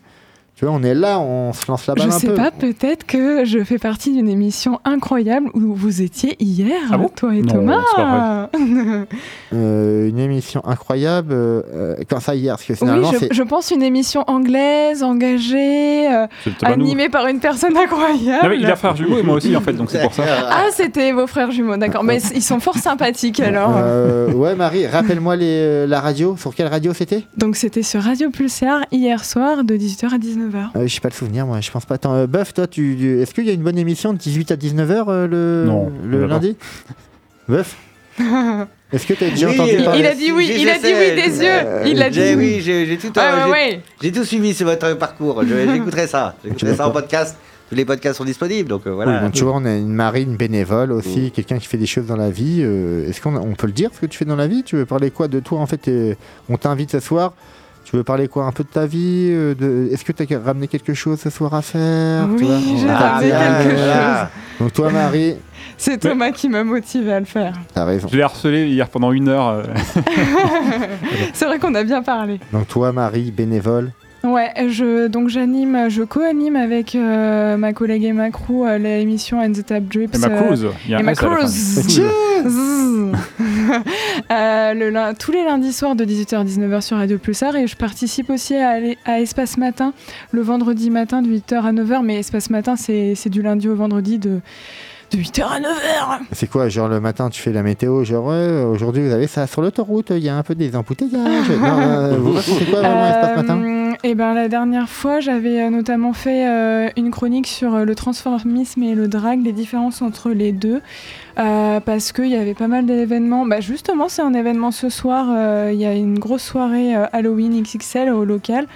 C: Tu vois, on est là, on se lance la balle
M: Je
C: Ah bah, un
M: sais
C: peu.
M: pas, peut-être que je fais partie d'une émission incroyable où vous étiez hier,
C: Ah bon
M: toi et
C: Non, c'est
M: Thomas.
C: pas Euh, une émission incroyable, euh, euh, comme ça hier, parce que
M: oui,
C: finalement,
M: je,
C: c'est.
M: je pense une émission anglaise, engagée, euh,
C: C'est peut-être pas nous.
M: animée par une personne incroyable.
G: Non, mais Ah il a frère jumeau et moi aussi en fait, donc c'est pour ça.
M: Ah, c'était vos frères jumeaux, d'accord. Mais ils sont fort sympathiques alors.
C: Euh, ouais, Marie, rappelle-moi les, euh, la radio. Sur quelle radio c'était
M: Donc c'était sur Radio Pulsar hier soir de 18h à 19h.
C: euh, J'ai pas le souvenir, moi, je pense pas. Attends, euh, Buff, toi, tu, tu- est-ce qu'il y a une bonne émission de 18 à 19h le,
G: Non, il y en
C: le
G: a pas.
C: lundi Buff Est-ce que t'as déjà
F: Oui,
C: entendu
F: euh,
C: parler
M: Il a dit oui, il a dit oui des yeux. Il a dit
F: J'ai-
M: oui.
F: oui, j'ai j'ai tout,
M: Ouais,
F: euh,
M: ouais,
F: j'ai-
M: ouais.
F: j'ai tout suivi sur votre parcours. Je- J'écouterai ça. J'écouterai ça en podcast. Tous les podcasts sont disponibles, donc Mm. euh, voilà.
C: Oui, bon, tu vois, on a une marine bénévole aussi, quelqu'un qui fait des choses dans la vie. euh, Est-ce qu'on a- on peut le dire ce que tu fais dans la vie Tu veux parler quoi de toi en fait et On t'invite ce soir. Tu veux parler quoi un peu de ta vie euh, de- Est-ce que tu as ramené quelque chose ce soir à faire
M: Oui,
C: tu vois
M: j'ai ramené quelque
C: Donc toi, Marie,
M: C'est Thomas qui m'a motivé à le faire.
C: t'as raison.
G: Je l'ai harcelé hier pendant une heure. euh.
M: C'est vrai qu'on a bien parlé.
C: Donc toi, Marie, bénévole.
M: Ouais, je, donc j'anime, je co-anime avec euh, ma collègue Emma Crew euh, l'émission And the Tap Drips. euh,
G: Et ma Cruz, il y a un
M: Emma
G: S à la fin.
M: Cruz.
G: Cruz.
M: Zzz. Euh, le lin- tous les lundis soirs de 18h-19h sur Radio Pulsar et je participe aussi à, l'e- à Espace Matin le vendredi matin de 8h à 9h, mais Espace Matin c'est c'est du lundi au vendredi de, de 8h à 9h.
C: C'est quoi Genre le matin, tu fais la météo, genre ouais, aujourd'hui vous avez ça sur l'autoroute, il y a un peu des embouteillages. non, euh, vous, c'est quoi vraiment
M: Euh,
C: Espace matin
M: Et ben la dernière fois, j'avais euh, notamment fait euh, une chronique sur euh, le transformisme et le drag, les différences entre les deux, euh, parce qu'il y avait pas mal d'événements. Bah, justement, c'est un événement ce soir. euh, Il y a une grosse soirée euh, Halloween XXL au local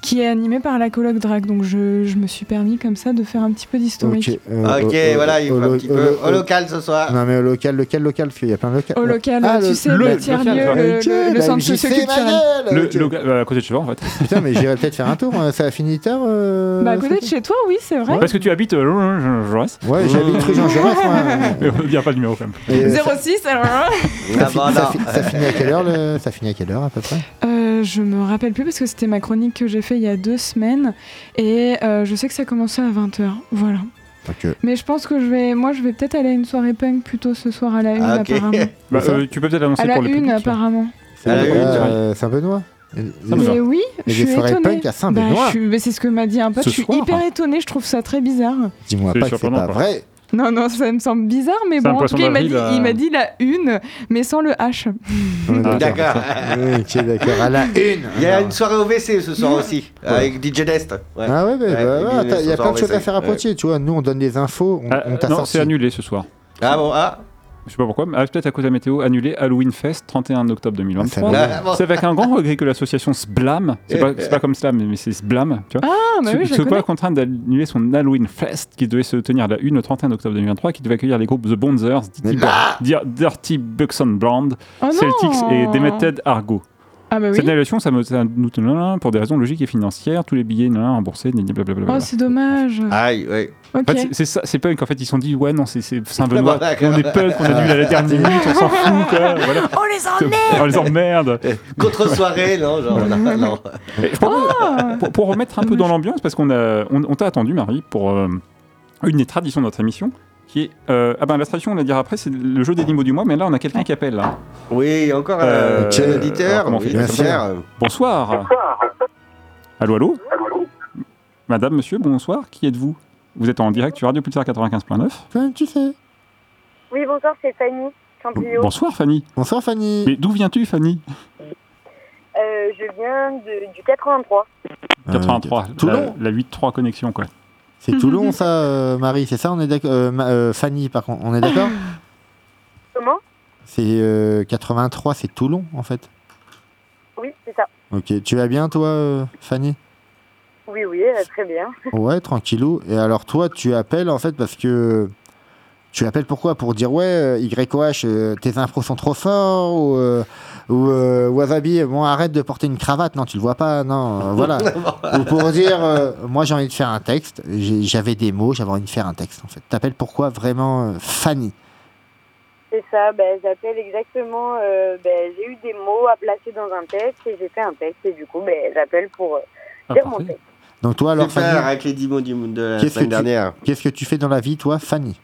M: qui est animée par la colloque drag. Donc je, je me suis permis comme ça de faire un petit peu d'historique.
C: Ok, euh,
F: Ok,
C: au- au-
F: voilà, il
C: au
F: faut un
C: lo-
F: petit peu. Au
C: lo-
F: local ce soir.
C: Non mais au local, local, local, parce qu'il y a plein de locales.
M: Au local,
C: Ah,
M: tu sais, le, tiers-lieu,
C: local, bah,
M: le,
C: ok,
M: le- le
C: la
M: centre
C: MJC,
M: socioculturel.
C: ma gueule,
G: Le,
C: ok.
G: le- euh, à côté de chez toi en fait.
C: Putain mais j'irai peut-être faire un tour, hein. ça a fini tard. euh,
M: Bah, à côté de chez toi, oui, c'est vrai.
G: Parce que tu habites euh, Jaurès.
C: Ouais, j'habite rue Jean Jaurès, moi.
G: Mais on dira pas le numéro quand même.
C: Et, euh,
M: 06, alors. hein.
C: ça, fi- ça fi- ça finit à quelle heure le- Ça finit à quelle heure à peu près
M: Euh, je me rappelle plus parce que c'était ma chronique que j'ai fait il y a deux semaines et euh, je sais que ça commençait à 20h. Voilà.
C: Ok.
M: Mais je pense que je vais, moi je vais peut-être aller à une soirée punk plutôt ce soir à la une
C: Ah,
M: apparemment.
G: Bah, euh, tu peux peut-être annoncer
M: à la
G: pour le
M: une
G: public.
M: apparemment.
C: C'est
G: Ah, oui,
C: euh, Saint-Benoît.
M: Mais oui,
C: Et
M: je
C: des
M: suis
C: soirées
M: étonnée.
C: punk à Saint-Benoît.
M: Bah, je suis- mais c'est ce que m'a dit un pote.
C: Ce
M: je suis
C: soir.
M: hyper étonnée. Je trouve ça très bizarre.
C: Dis-moi
G: C'est
C: pas que c'est
G: surprenant,
C: pas
G: quoi.
C: vrai.
M: Non, non, ça me semble bizarre, mais
G: C'est
M: bon,
G: un
M: en tout
G: poisson
M: cas, il m'a
G: d'avril,
M: dit,
G: euh.
M: il m'a dit la une, mais sans le H.
C: Ouais,
F: D'accord.
C: ok, d'accord. À la une.
F: Il y a une soirée au WC ce soir aussi, avec DJ Nest. Ouais.
C: Ah ouais, bah, bah, ouais,
F: DJ Nest
C: attends, il y
F: ce soir
C: a plein
F: au
C: de choses
F: WC,
C: à faire à
F: ouais.
C: Poitiers, tu vois. Nous, on donne des infos, on,
G: Ah,
C: on t'a
G: non,
C: sorti.
G: c'est annulé ce soir.
F: Ah bon, ah
G: Je sais pas pourquoi, mais ah, peut-être à cause de la météo, annulé Halloween Fest 31 octobre 2023.
F: Ah, ça va.
G: c'est avec un grand regret que l'association Sblam, c'est pas, c'est pas comme Slam, mais c'est Sblam, tu vois.
M: Ah, bah
G: se-
M: oui, je
G: se
M: connais.
G: voit contrainte d'annuler son Halloween Fest qui devait se tenir la une le 31 octobre 2023, qui devait accueillir les groupes The Bonzers, Dirty,
F: ah
G: Dir- Dirty Buxton Brand,
M: Oh non
G: Celtics et Demeted Argo.
M: Ah bah oui.
G: Cette annulation, ça, me- ça nous tenait pour des raisons logiques et financières, tous les billets nanana, remboursés, blablabla.
M: Oh, c'est dommage.
C: Ah.
F: Aïe, ouais.
M: Ok.
G: En fait, c'est- c'est ça, c'est punk. En fait, ils se sont dit, ouais, non, c'est c'est
F: Bon,
G: Saint-Benoît,
F: d'accord.
G: on est punk, on annule à la dernière minute, on s'en fout, quoi. Voilà.
M: On les emmerde
G: On les emmerde.
F: Contre-soirée, non, genre, non, non.
G: Et je propose-
M: Ah.
G: pour, pour remettre un peu dans l'ambiance, parce qu'on a- on, on t'a attendu, Marie, pour euh, une des traditions de notre émission, qui est. euh, ah ben, la tradition, on la dira après, c'est le jeu des dix mots du mois, mais là, on a quelqu'un qui appelle, là.
F: Oui, encore un
G: Euh,
F: un
G: alors,
F: auditeur.
G: comment on fait
F: oui,
G: Bien
F: bien
G: sûr.
F: sûr.
G: Bonsoir. Allô, allô Madame, monsieur, bonsoir, qui êtes-vous Vous êtes en direct sur Radio Pulsar 95.9.
C: Toi, tu sais.
N: Oui, bonsoir, c'est Fanny Campillo.
G: Bonsoir, Fanny.
C: Bonsoir, Fanny. Ah,
G: Mais d'où viens-tu, Fanny
N: Euh, je viens de- du 83.
G: 83.
C: Toulon.
G: La, la 8-3 connexion, quoi.
C: C'est Toulon, ça, euh, Marie, c'est ça, on est d'accord euh, Ma- euh, Fanny, par contre, on est d'accord
N: Comment
C: C'est euh, 83, c'est Toulon, en fait.
N: Oui, c'est ça.
C: Ok, tu vas bien, toi, euh, Fanny
N: Oui, oui, euh, très bien.
C: Ouais, tranquillou. Et alors toi, tu appelles en fait parce que tu appelles pourquoi Pour dire ouais, euh, YOH, euh, tes impros sont trop forts ou, euh, ou euh, Wasabi, euh, bon arrête de porter une cravate. Non, tu le vois pas. Non, euh, voilà. ou pour dire euh, moi j'ai envie de faire un texte. J'ai- J'avais des mots, j'avais envie de faire un texte en fait. T'appelles pourquoi vraiment euh, Fanny
N: C'est ça, ben, j'appelle exactement. euh, ben, j'ai eu des mots à placer dans un texte et j'ai fait un texte et du coup, ben, j'appelle pour euh,
C: Ah,
N: dire
C: parfait.
N: mon texte.
C: Donc toi alors
F: C'est ça,
C: Fanny,
F: avec les 10 mots du, de la
C: qu'est-ce que
F: Euh, semaine
C: tu-
F: dernière.
C: Qu'est-ce que tu fais dans la vie toi, Fanny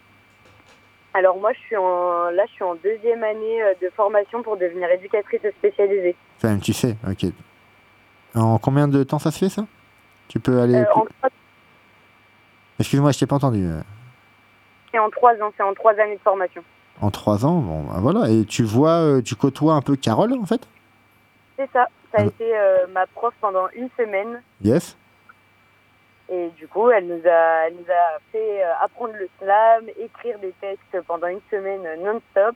N: Alors moi, je suis en, là, je suis en deuxième année euh, de formation pour devenir éducatrice spécialisée.
C: Enfin, tu sais, ok. En combien de temps ça se fait ça Tu peux aller.
N: Euh,
C: plus-
N: en trois-
C: Excuse-moi, je t'ai pas entendu. euh,
N: C'est en trois ans, c'est en trois années de formation.
C: En trois ans, bon, bah, voilà. Et tu vois, euh, tu côtoies un peu Carole en fait
N: C'est ça. Ça a
C: Ah.
N: été euh, ma prof pendant une semaine
C: Yes
G: Eh
N: et du coup, elle nous a, elle nous a fait euh, apprendre le slam, écrire des textes pendant une semaine euh, non-stop.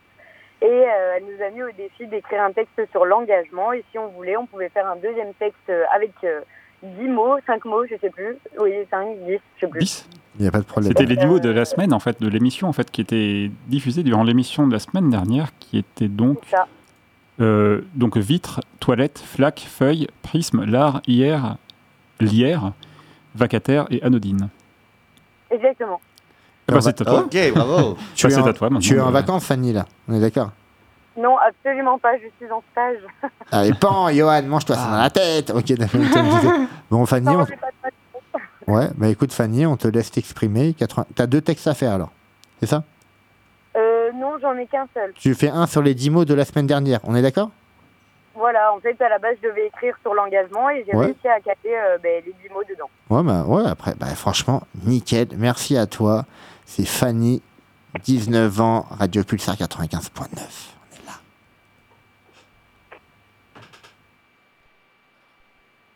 N: Et euh, elle nous a mis au défi d'écrire un texte sur l'engagement. Et si on voulait, on pouvait faire un deuxième texte euh, avec euh, 10 mots, 5 mots, je sais plus. Oui, 5, 10, je sais plus.
C: Il n'y a pas de problème.
G: C'était les
N: Euh,
G: duos de la semaine, en fait, de l'émission, en fait, qui était diffusée durant l'émission de la semaine dernière, qui était donc,
N: C'est ça.
G: euh, donc vitre, toilette, flaque, feuille, prisme, lard, hier, lière, vacataire et anodine.
N: Exactement.
G: Eh ben, c'est à toi.
F: Ok, bravo.
G: Tu
C: es
G: c'est
C: en,
G: à toi maintenant.
C: tu es en
G: Euh,
C: vacances, Fanny, là. On est d'accord
N: Non, absolument pas, je suis en stage.
C: Allez, pan, Johan, mange-toi
F: Ah.
C: ça dans la tête. Ok, d'accord. Bon, Fanny,
N: Non,
C: on...
N: j'ai pas de patron.
C: ouais, bah écoute, Fanny, on te laisse t'exprimer. 80... T'as deux textes à faire alors, c'est ça
N: Euh, non, j'en ai qu'un seul.
C: Tu fais un sur les dix mots de la semaine dernière. On est d'accord
N: Voilà, en fait, à la base, je devais écrire sur l'engagement et j'ai
C: Ouais.
N: réussi à caler euh, ben, les 10 mots dedans.
C: Ouais, bah, ouais, après, bah, franchement, nickel. Merci à toi. C'est Fanny, 19 ans, Radio Pulsar 95.9.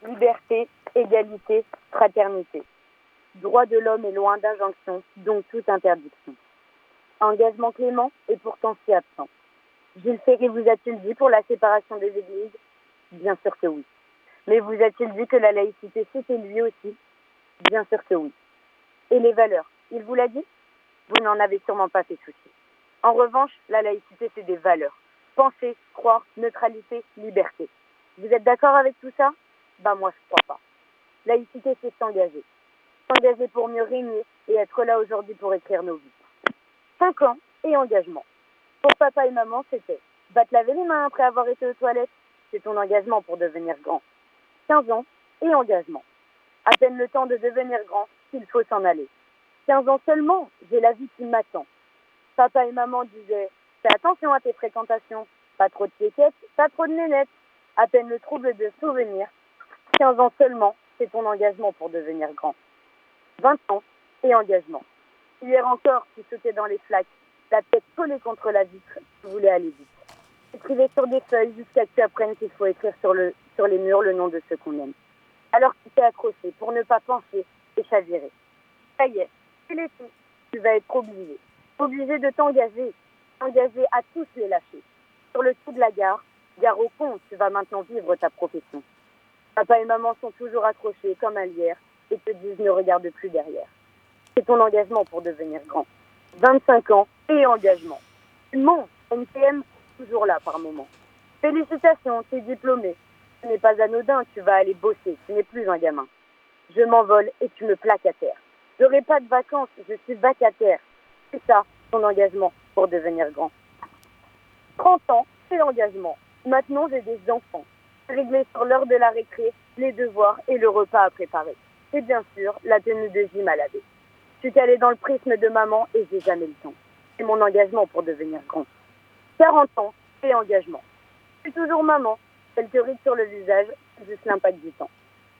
N: Liberté, égalité, fraternité. Droit de l'homme est loin d'injonction, donc toute interdiction. Engagement clément et pourtant si absent. Gilles Ferry vous a-t-il dit pour la séparation des églises Bien sûr que oui. Mais vous a-t-il dit que la laïcité c'était lui aussi Bien sûr que oui. Et les valeurs, il vous l'a dit Vous n'en avez sûrement pas fait souci. En revanche, la laïcité c'est des valeurs. Penser, croire, neutralité, liberté. Vous êtes d'accord avec tout ça bah moi je crois pas. Laïcité c'est s'engager. S'engager pour mieux régner et être là aujourd'hui pour écrire nos vies. Cinq ans et engagement. Pour papa et maman c'était va te laver les mains après avoir été aux toilettes. C'est ton engagement pour devenir grand. 15 ans et engagement. À peine le temps de devenir grand qu'il faut s'en aller. 15 ans seulement, j'ai la vie qui m'attend. Papa et maman disaient Fais attention à tes fréquentations, pas trop de piéquettes, pas trop de nénettes. À peine le trouble de souvenir 15 ans seulement, c'est ton engagement pour devenir grand. 20 ans et engagement. Hier encore, tu sautais dans les flaques, la tête collée contre la vitre, tu voulais aller vite. Tu écrivais sur des feuilles jusqu'à ce que tu apprennes qu'il faut écrire sur, le, sur les murs le nom de ceux qu'on aime. Alors tu t'es accroché pour ne pas penser et chavirer. Ça y est, tu l'es tout. Tu vas être obligé. Obligé de t'engager. T'engager à tous les lâcher. Sur le tout de la gare, gare au pont, tu vas maintenant vivre ta profession. Papa et maman sont toujours accrochés comme un lierre et te disent ne regarde plus derrière. C'est ton engagement pour devenir grand. 25 ans et engagement. Mon NPM, toujours là par moment. Félicitations, tu es diplômé. Ce n'est pas anodin, tu vas aller bosser, tu n'es plus un gamin. Je m'envole et tu me plaques à terre. J'aurai pas de vacances, je suis vacataire. C'est ça, ton engagement pour devenir grand. 30 ans, c'est l'engagement. Maintenant, j'ai des enfants. Régler sur l'heure de la récré, les devoirs et le repas à préparer. Et bien sûr, la tenue de gym à laver. Je suis calée dans le prisme de maman et j'ai jamais le temps. C'est mon engagement pour devenir grand. 40 ans et engagement. Je suis toujours maman. Quelques rides sur le visage, c'est juste l'impact du temps.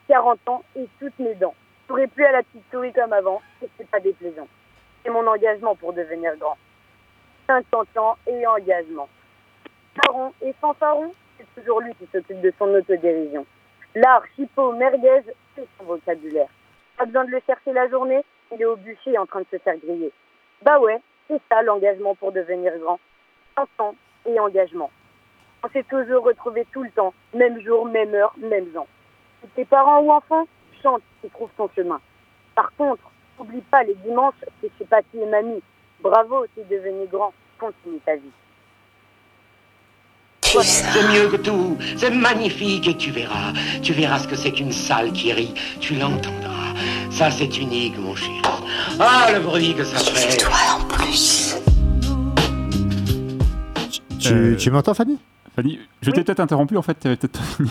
N: 40 ans et toutes mes dents. Je n'aurai plus à la petite souris comme avant, et c'est pas déplaisant. C'est mon engagement pour devenir grand. 50 ans et engagement. Faron et fanfaron, c'est toujours lui qui s'occupe de son autodérision. L'art, chipot, merguez, c'est son vocabulaire. Pas besoin de le chercher la journée, il est au bûcher en train de se faire griller. Bah ouais, c'est ça l'engagement pour devenir grand. Enfant et engagement. On s'est toujours retrouvés tout le temps, même jour, même heure, même ans. Et Tes parents ou enfants, chante qui trouve son chemin. Par contre, n'oublie pas les dimanches, c'est chez papy et mamie. Bravo, t'es devenu grand, continue ta vie.
O: C'est mieux que tout, c'est magnifique et tu verras, tu verras ce que c'est qu'une salle qui rit, tu l'entendras. Ça c'est unique mon chéri. Ah le bruit que ça fait.
A: toi en plus.
C: Tu,
F: Euh,
C: tu m'entends, Fanny
G: Euh, Fanny, je t'ai peut-être interrompu en fait, tu avais peut-être fini.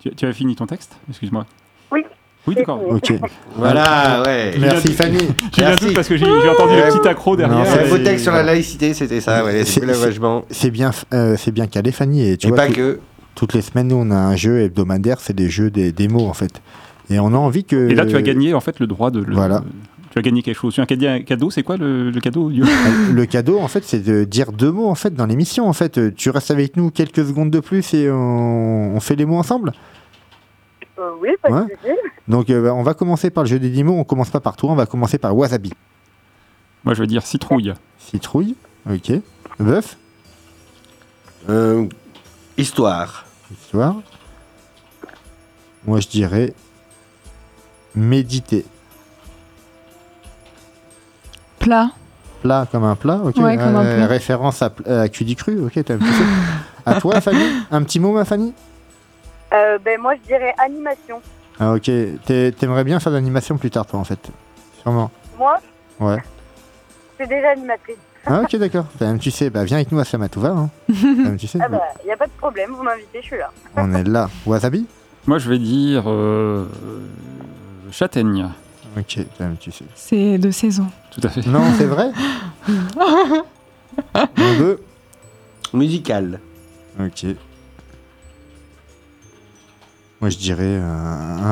G: tu, tu avais fini ton texte Excuse-moi.
N: Oui.
G: Oui, d'accord.
C: Oh, Ok.
F: Voilà, ouais.
G: J'ai
F: Merci,
G: bien-
F: Fanny.
G: J'ai bien
F: Merci.
G: doute parce que j'ai j'ai entendu le
C: Euh,
F: Ouais.
G: petit accro derrière.
F: Non, c'est un
G: et-
F: faux texte sur la laïcité, c'était ça, ouais, Euh, c'est
C: C'est-
F: le vachement.
C: C'est bien, euh, c'est bien calé, Fanny. Et, tu
F: Et
C: vois,
F: pas
C: tout-
F: que.
C: Toutes les semaines, nous, on a un jeu hebdomadaire, c'est des jeux des, des mots, en fait. Et on a envie que.
G: Et là, tu as gagné en fait le droit de. le-
C: Voilà.
G: Tu as gagné quelque chose. Tu as gagné un cadeau. C'est quoi le, le cadeau Yo
C: Le cadeau, en fait, c'est de dire deux mots, en fait, dans l'émission. En fait, Euh, tu restes avec nous quelques secondes de plus et on, on fait les mots ensemble.
N: Euh, oui, pas de
C: Ouais.
N: souci.
C: Donc, euh, bah, on va commencer par le jeu des dix mots. On commence pas par toi, on va commencer par wasabi.
G: Moi, je vais dire citrouille.
C: Citrouille, ok. Bœuf,
F: Euh, histoire.
C: histoire. Moi, je dirais méditer.
M: Plat.
C: Plat comme un plat, ok.
M: Ouais, comme un
C: Euh,
M: plat.
C: Référence à, pl- euh, à Cudi Cru, ok, t'as un petit peu. À toi, Fanny Un petit mot, ma Fanny
N: Euh, ben, moi, je dirais animation.
C: Ah, ok. T'es- T'aimerais bien faire de l'animation plus tard, toi, en fait Sûrement.
N: Moi,
C: Ouais.
N: c'est déjà animatrice.
C: Ah, ok, d'accord. T'as- Tu sais, bah, viens avec nous à Samatouva. Hein. T'as- tu sais,
N: Ah bah, y a pas de problème, vous m'invitez, je suis là.
C: on est là. Wasabi
G: Moi, je vais dire euh, châtaigne.
C: Ok, tu sais.
M: C'est de saison.
G: Tout à fait.
C: Non, c'est vrai Un, deux.
F: Musical.
C: Ok. Moi, je dirais euh,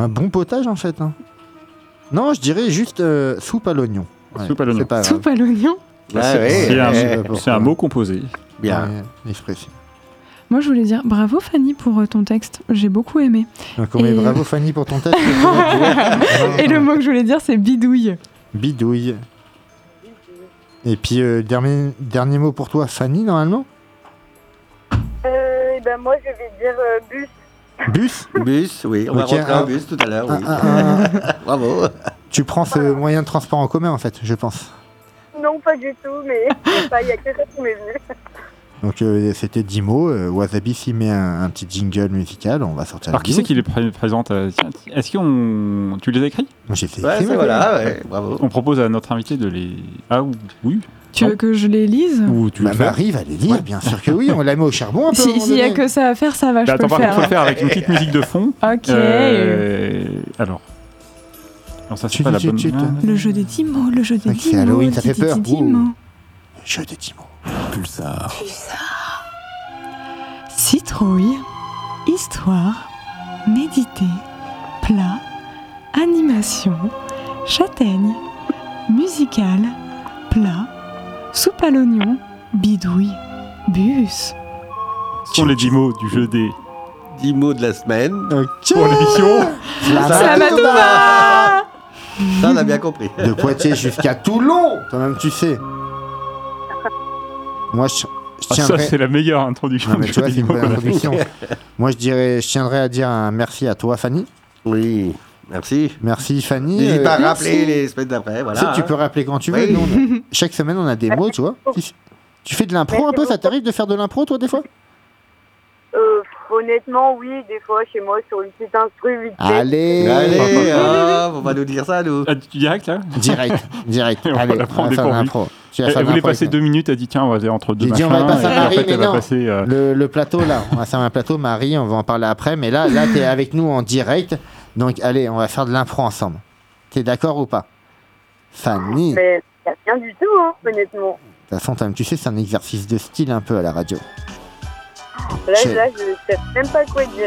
C: un bon potage, en fait. hein. Non, je dirais juste euh, soupe à l'oignon. Ouais,
G: Soupe à l'oignon.
C: c'est pas grave.
M: Soupe à l'oignon.
F: Ah
G: c'est
F: ouais,
G: c'est un-
F: ouais.
G: c'est un, mot composé.
F: Bien.
C: Ouais, expression.
M: Moi, je voulais dire bravo Fanny pour euh, ton texte. J'ai beaucoup aimé.
C: Donc, on met
M: Ah. Et-
C: bravo Fanny pour ton test. Ah.
M: Et le mot que je voulais dire, c'est bidouille.
C: Bidouille. Et puis, euh, dernier, dernier mot pour toi, Fanny, normalement
N: Euh, ben, moi, je vais dire euh, bus.
C: Bus
F: Bus, hein. Ah, oui. On va
C: Ok,
F: rentrer
C: un-
F: en bus tout à l'heure. Oui.
C: un-
F: Bravo.
C: Tu prends ce moyen de transport en commun, en fait, je pense.
N: Non, pas du tout, mais il y a que ça qui m'est venu.
C: Donc, euh, c'était 10 mots. Euh, Wasabi, s'il met un, un petit jingle musical, on va sortir
G: Alors, qui c'est qui les pré- présente euh, tiens, t- Est-ce qu'on. Tu les as écrits
C: J'ai fait
F: Ouais, c'est voilà, ouais, bravo.
G: On propose à notre invité de les. Ah, ou- oui.
M: Tu
C: Ah.
M: veux Euh, que je les lise
G: Ou tu
C: Ma
G: le fais
C: Bah, Marie va les lire, bien sûr que oui, Ah, bah, on la met au charbon un peu. à un
M: S'il
C: moment
M: si y a
C: donné.
M: que ça à faire, ça va,
G: Bah,
M: je peux
G: Attends,
M: le
G: par contre,
M: faire. hein.
G: faut le faire avec une petite musique de fond.
M: Ok.
G: Euh, alors. Alors, ça, c'est
C: Chut,
G: pas la
C: chut,
G: bonne.
C: chut.
G: Ah.
M: Le jeu des dix mots, le jeu des
C: Ok,
M: dix mots.
C: Halloween,
M: le
C: ça
M: jeu
C: fait
M: des
C: peur.
M: dix
C: Ouh.
M: mots.
C: Jeu des 10 mots.
J: Pulsar.
M: Citrouille, histoire, méditer, plat, animation, châtaigne, musical, plat, soupe à l'oignon, bidouille, bus.
G: Ce sont les 10 mots du jeu des.
F: 10 mots de la semaine.
C: Ok.
G: Pour l'émission.
M: Slamatouba
F: Ça, on a bien compris.
C: De Poitiers jusqu'à Toulon, toi-même tu sais. Moi, je, je
G: Ah, ça,
C: tiendrai.
G: c'est la meilleure introduction
C: Non, mais
G: du
C: tu vois,
G: jeu
C: c'est
G: des
C: une
G: mots
C: bonne
G: qu'on a fait.
C: introduction. Moi, je dirais, je tiendrai à dire un merci à toi, Fanny.
F: Oui, merci.
C: Merci, Fanny.
F: N'hésite
C: Euh,
F: pas à rappeler les semaines d'après.
C: tu
F: Voilà,
C: sais, tu
F: hein.
C: peux rappeler quand tu veux.
F: Oui.
C: Nous, on a- chaque semaine, on a des mots, tu vois. Tu- Tu fais de l'impro un peu Ça t'arrive de faire de l'impro, toi, des fois
N: Euh, honnêtement, oui, des fois, chez moi, sur une petite instru, vite fait.
C: Allez,
F: Allez, hop, on va nous dire ça, nous.
G: Ah, tu- direct, là
C: Direct, direct.
G: On
C: Allez,
G: la prend
C: on va faire de
G: dépourvue.
C: l'impro. Tu vas
G: Elle,
C: faire
G: elle
C: de
G: voulait
C: l'impro avec
G: Eh, passer
C: nous.
G: deux minutes, elle dit tiens, on va aller entre deux
C: J'ai dit,
G: machins.
C: on va passer à
G: et puis,
C: Marie,
G: en fait,
C: mais
G: elle va
C: non.
G: passer, euh,
C: Le, le plateau là, on va faire un plateau, Marie, on va en parler après, mais là, là, t'es avec nous en direct, donc allez, on va faire de l'impro ensemble. T'es d'accord ou pas Fanny, de
N: Mais y a rien du tout, hein, honnêtement.
C: toute façon, t'as- tu sais, c'est un exercice de style un peu à la radio.
N: Là,
C: Je-
N: là, je sais même pas quoi dire.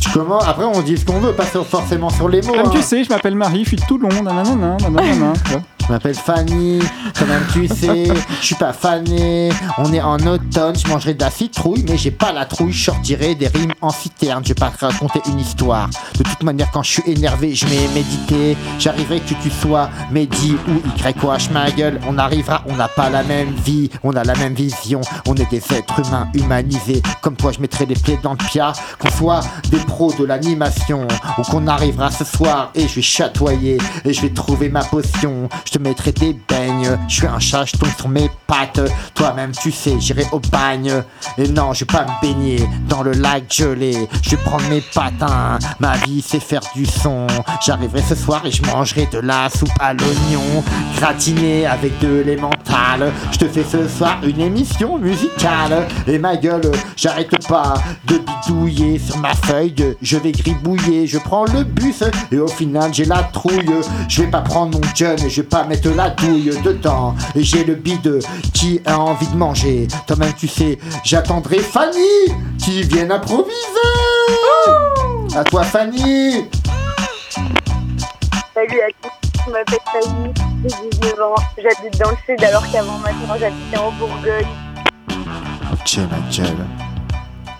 C: Tu commences, après on dit ce qu'on veut, pas sur- forcément sur les mots.
G: Comme
C: hein.
G: tu sais, je m'appelle Marie, je suis de Toulon, nanana, nanana, nanana, tu vois.
C: Je m'appelle Fanny, toi-même tu sais, je suis pas fané. On est en automne, je mangerai de la citrouille, mais j'ai pas la trouille, je sortirai des rimes en citerne. Je vais pas te raconter une histoire. De toute manière, quand je suis énervé, je vais méditer. J'arriverai que tu sois Mehdi ou YH, ma gueule. On arrivera, on n'a pas la même vie, on a la même vision. On est des êtres humains humanisés. Comme toi, je mettrai les pieds dans le pia. Qu'on soit des pros de l'animation, ou qu'on arrivera ce soir et je vais chatoyer, et je vais trouver ma potion. Je te mettrai des beignes, je suis un chat, je tombe sur mes pattes. Toi-même, tu sais, j'irai au bagne. Et non, je vais pas me baigner dans le lac gelé. Je vais prendre mes patins, ma vie c'est faire du son. J'arriverai ce soir et je mangerai de la soupe à l'oignon, gratinée avec de l'émental. Je te fais ce soir une émission musicale. Et ma gueule, j'arrête pas de bidouiller sur ma feuille. Je vais gribouiller, je prends le bus et au final j'ai la trouille. Je vais pas prendre mon jeune, je vais pas mettre la douille dedans. Et J'ai le bide qui a envie de manger. Toi-même tu sais, j'attendrai Fanny qui vienne improviser. À toi Fanny.
N: Salut à tous, je m'appelle Fanny, j'ai 19 ans, j'habite dans le sud alors qu'avant maintenant j'habitais en Bourgogne.
C: Oh, Dieu, ma gueule.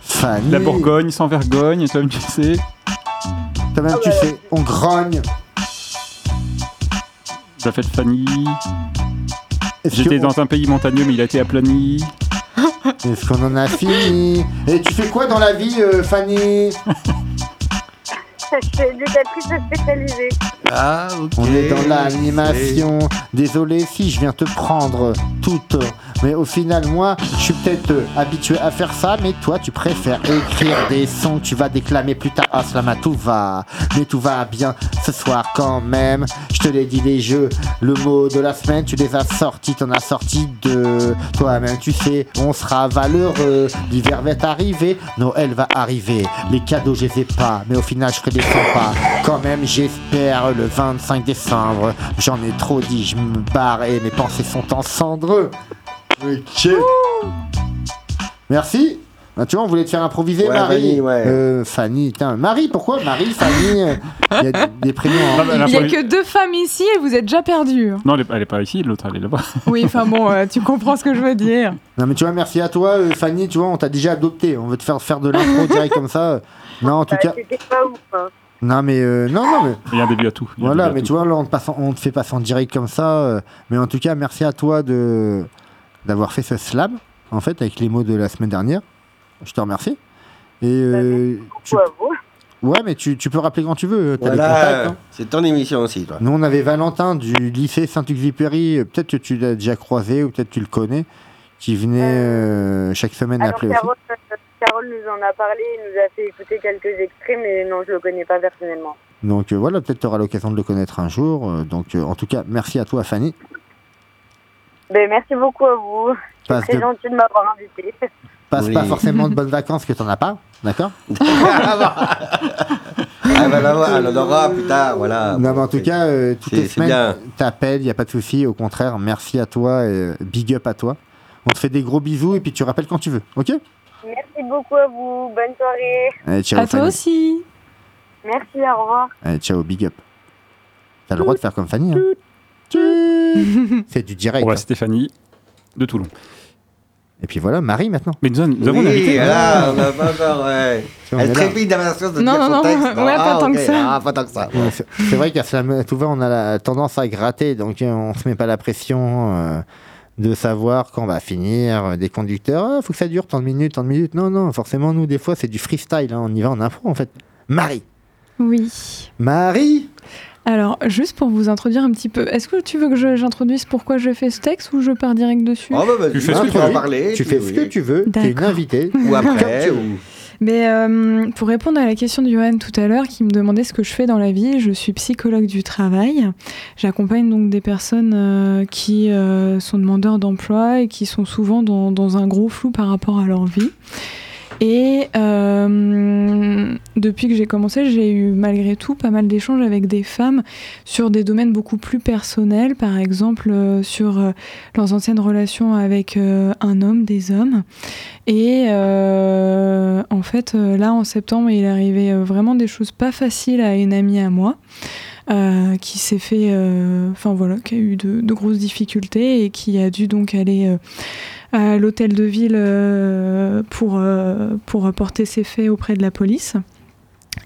C: Fanny.
G: La Bourgogne sans vergogne, et toi-même tu sais.
C: Toi-même tu sais, on grogne.
G: Ça fait de Fanny.
C: Est-ce
G: J'étais
C: que on-
G: dans un pays montagneux, mais il a été aplani.
C: Est-ce qu'on en a fini Et tu fais quoi dans la vie, euh, Fanny
N: Je suis éducatrice spécialisée.
F: Ah, ok.
C: On est dans l'animation. Désolé si je viens te prendre toute. Mais au final, moi, je suis peut-être euh, habitué à faire ça, mais toi, tu préfères écrire des sons que tu vas déclamer plus tard. Ah, Slama, tout va. Mais tout va bien ce soir quand même. Je te l'ai dit, les jeux, le mot de la semaine, tu les as sortis. T'en as sorti de toi-même, tu sais. On sera valeureux. L'hiver va arriver. Noël va arriver. Les cadeaux, je les ai pas. Mais au final, je ferai des sympas. Quand même, j'espère le 25 décembre. J'en ai trop dit, je me barre et mes pensées sont en cendres. Ok. Merci. Ah, tu vois, on voulait te faire improviser,
F: Ouais,
C: Marie.
F: Fanny, ouais.
C: Euh, Fanny, putain. Marie, pourquoi Marie, Fanny euh, Il y a d- des prénoms. hein.
F: Ah
C: en-
F: bah,
M: Il n'y a que deux femmes ici et vous êtes déjà hein. perdus.
G: Non, elle est, elle est pas ici, l'autre elle est là-bas.
M: Oui, enfin bon, euh, tu comprends ce que je veux dire.
C: Non, mais tu vois, merci à toi, euh, Fanny. Tu vois, on t'a déjà adopté. On veut te faire faire de l'impro direct comme ça. Non, en tout
H: Bah,
C: cas.
N: C'était pas ouf, hein.
C: Non, mais euh, non, non, mais.
G: Il y a un début à tout. Il y a un
C: Voilà,
G: début à
C: mais
G: tout.
C: tu vois, là, on te, passe en- on te fait passer en direct comme ça. euh, mais en tout cas, merci à toi de d'avoir fait ce slam, en fait, avec les mots de la semaine dernière. Je te remercie. Et euh, tu- ouais, mais tu, tu peux rappeler quand tu veux. T'as les
F: Voilà,
C: contacts, hein.
F: c'est ton émission aussi, toi.
C: Nous, on avait Valentin du lycée Saint-Exupéry. euh, Peut-être que tu l'as déjà croisé ou peut-être tu le connais, qui venait euh, chaque semaine
N: Alors
C: appeler aussi.
N: Carole, euh, Carole nous en a parlé, il nous a fait écouter quelques extraits, mais non, je le connais pas personnellement.
C: Donc euh, voilà, peut-être tu auras l'occasion de le connaître un jour. euh, donc euh, en tout cas, merci à toi, Fanny.
N: Ben, merci beaucoup à vous. C'est
C: Passe
N: très
C: de-
N: gentil de m'avoir invité.
C: Passe
F: Oui.
C: pas forcément de bonnes vacances que t'en as pas, d'accord
F: Ah, bah, là, voilà, on en aura plus tard, voilà.
C: Non, mais en tout cas, euh, toutes
F: c'est-
C: les
F: c'est
C: semaines,
F: bien.
C: t'appelles, il a pas de souci. Au contraire, merci à toi et euh, big up à toi. On te fait des gros bisous et puis tu rappelles quand tu veux, ok
N: Merci beaucoup à vous. Bonne soirée.
C: Allez, ciao, Fanny.
M: aussi.
N: Merci, au revoir.
C: Allez, ciao, big up. T'as le droit de faire comme Fanny. hein. C'est du direct.
G: On va
C: hein.
G: à Stéphanie de Toulon.
C: Et puis voilà, Marie maintenant.
G: Mais nous, nous avons Ah. un
F: oui,
G: invité.
F: voilà, on n'a pas encore, ouais.
C: on est
F: Elle
C: là.
F: trépide d'avoir la chance de
M: Non,
F: dire
M: non,
F: son
M: non,
F: texte.
M: ouais, pas
F: ah,
M: tant
F: ok,
M: que ça.
F: Ah, pas tant que ça.
C: Ouais, C'est c'est vrai qu'à Slam Touva, on a la tendance à gratter, donc euh, on se met pas la pression euh, de savoir quand va finir. euh, Des conducteurs, ah, faut que ça dure tant de minutes, tant de minutes. Non, non, forcément, nous, des fois, c'est du freestyle. hein, on y va en info, en fait. Marie
M: Oui.
C: Marie
M: Alors, juste pour vous introduire un petit peu, est-ce que tu veux que je- j'introduise pourquoi je fais ce texte ou je pars direct dessus
F: Oh, bah, vas-y,
G: Tu fais ce que tu
F: introduis,
G: veux.
F: parler.
C: Tu fais ce que tu veux, t'es une
M: D'accord.
C: invitée.
F: Ou
C: Comme tu
F: après,
C: veux.
F: ou.
M: Mais euh, pour répondre à la question de Johan tout à l'heure, qui me demandait ce que je fais dans la vie, je suis psychologue du travail. J'accompagne donc des personnes euh, qui euh, sont demandeurs d'emploi et qui sont souvent dans, dans un gros flou par rapport à leur vie. Et euh, depuis que j'ai commencé, j'ai eu malgré tout pas mal d'échanges avec des femmes sur des domaines beaucoup plus personnels, par exemple euh, sur euh, leurs anciennes relations avec euh, un homme, des hommes. Et euh, en fait, euh, là, en septembre, il est arrivé euh, vraiment des choses pas faciles à une amie à moi. euh, qui s'est fait, euh, enfin voilà, qui a eu de, de grosses difficultés et qui a dû donc aller euh, à l'hôtel de ville euh, pour, euh, pour porter ses faits auprès de la police.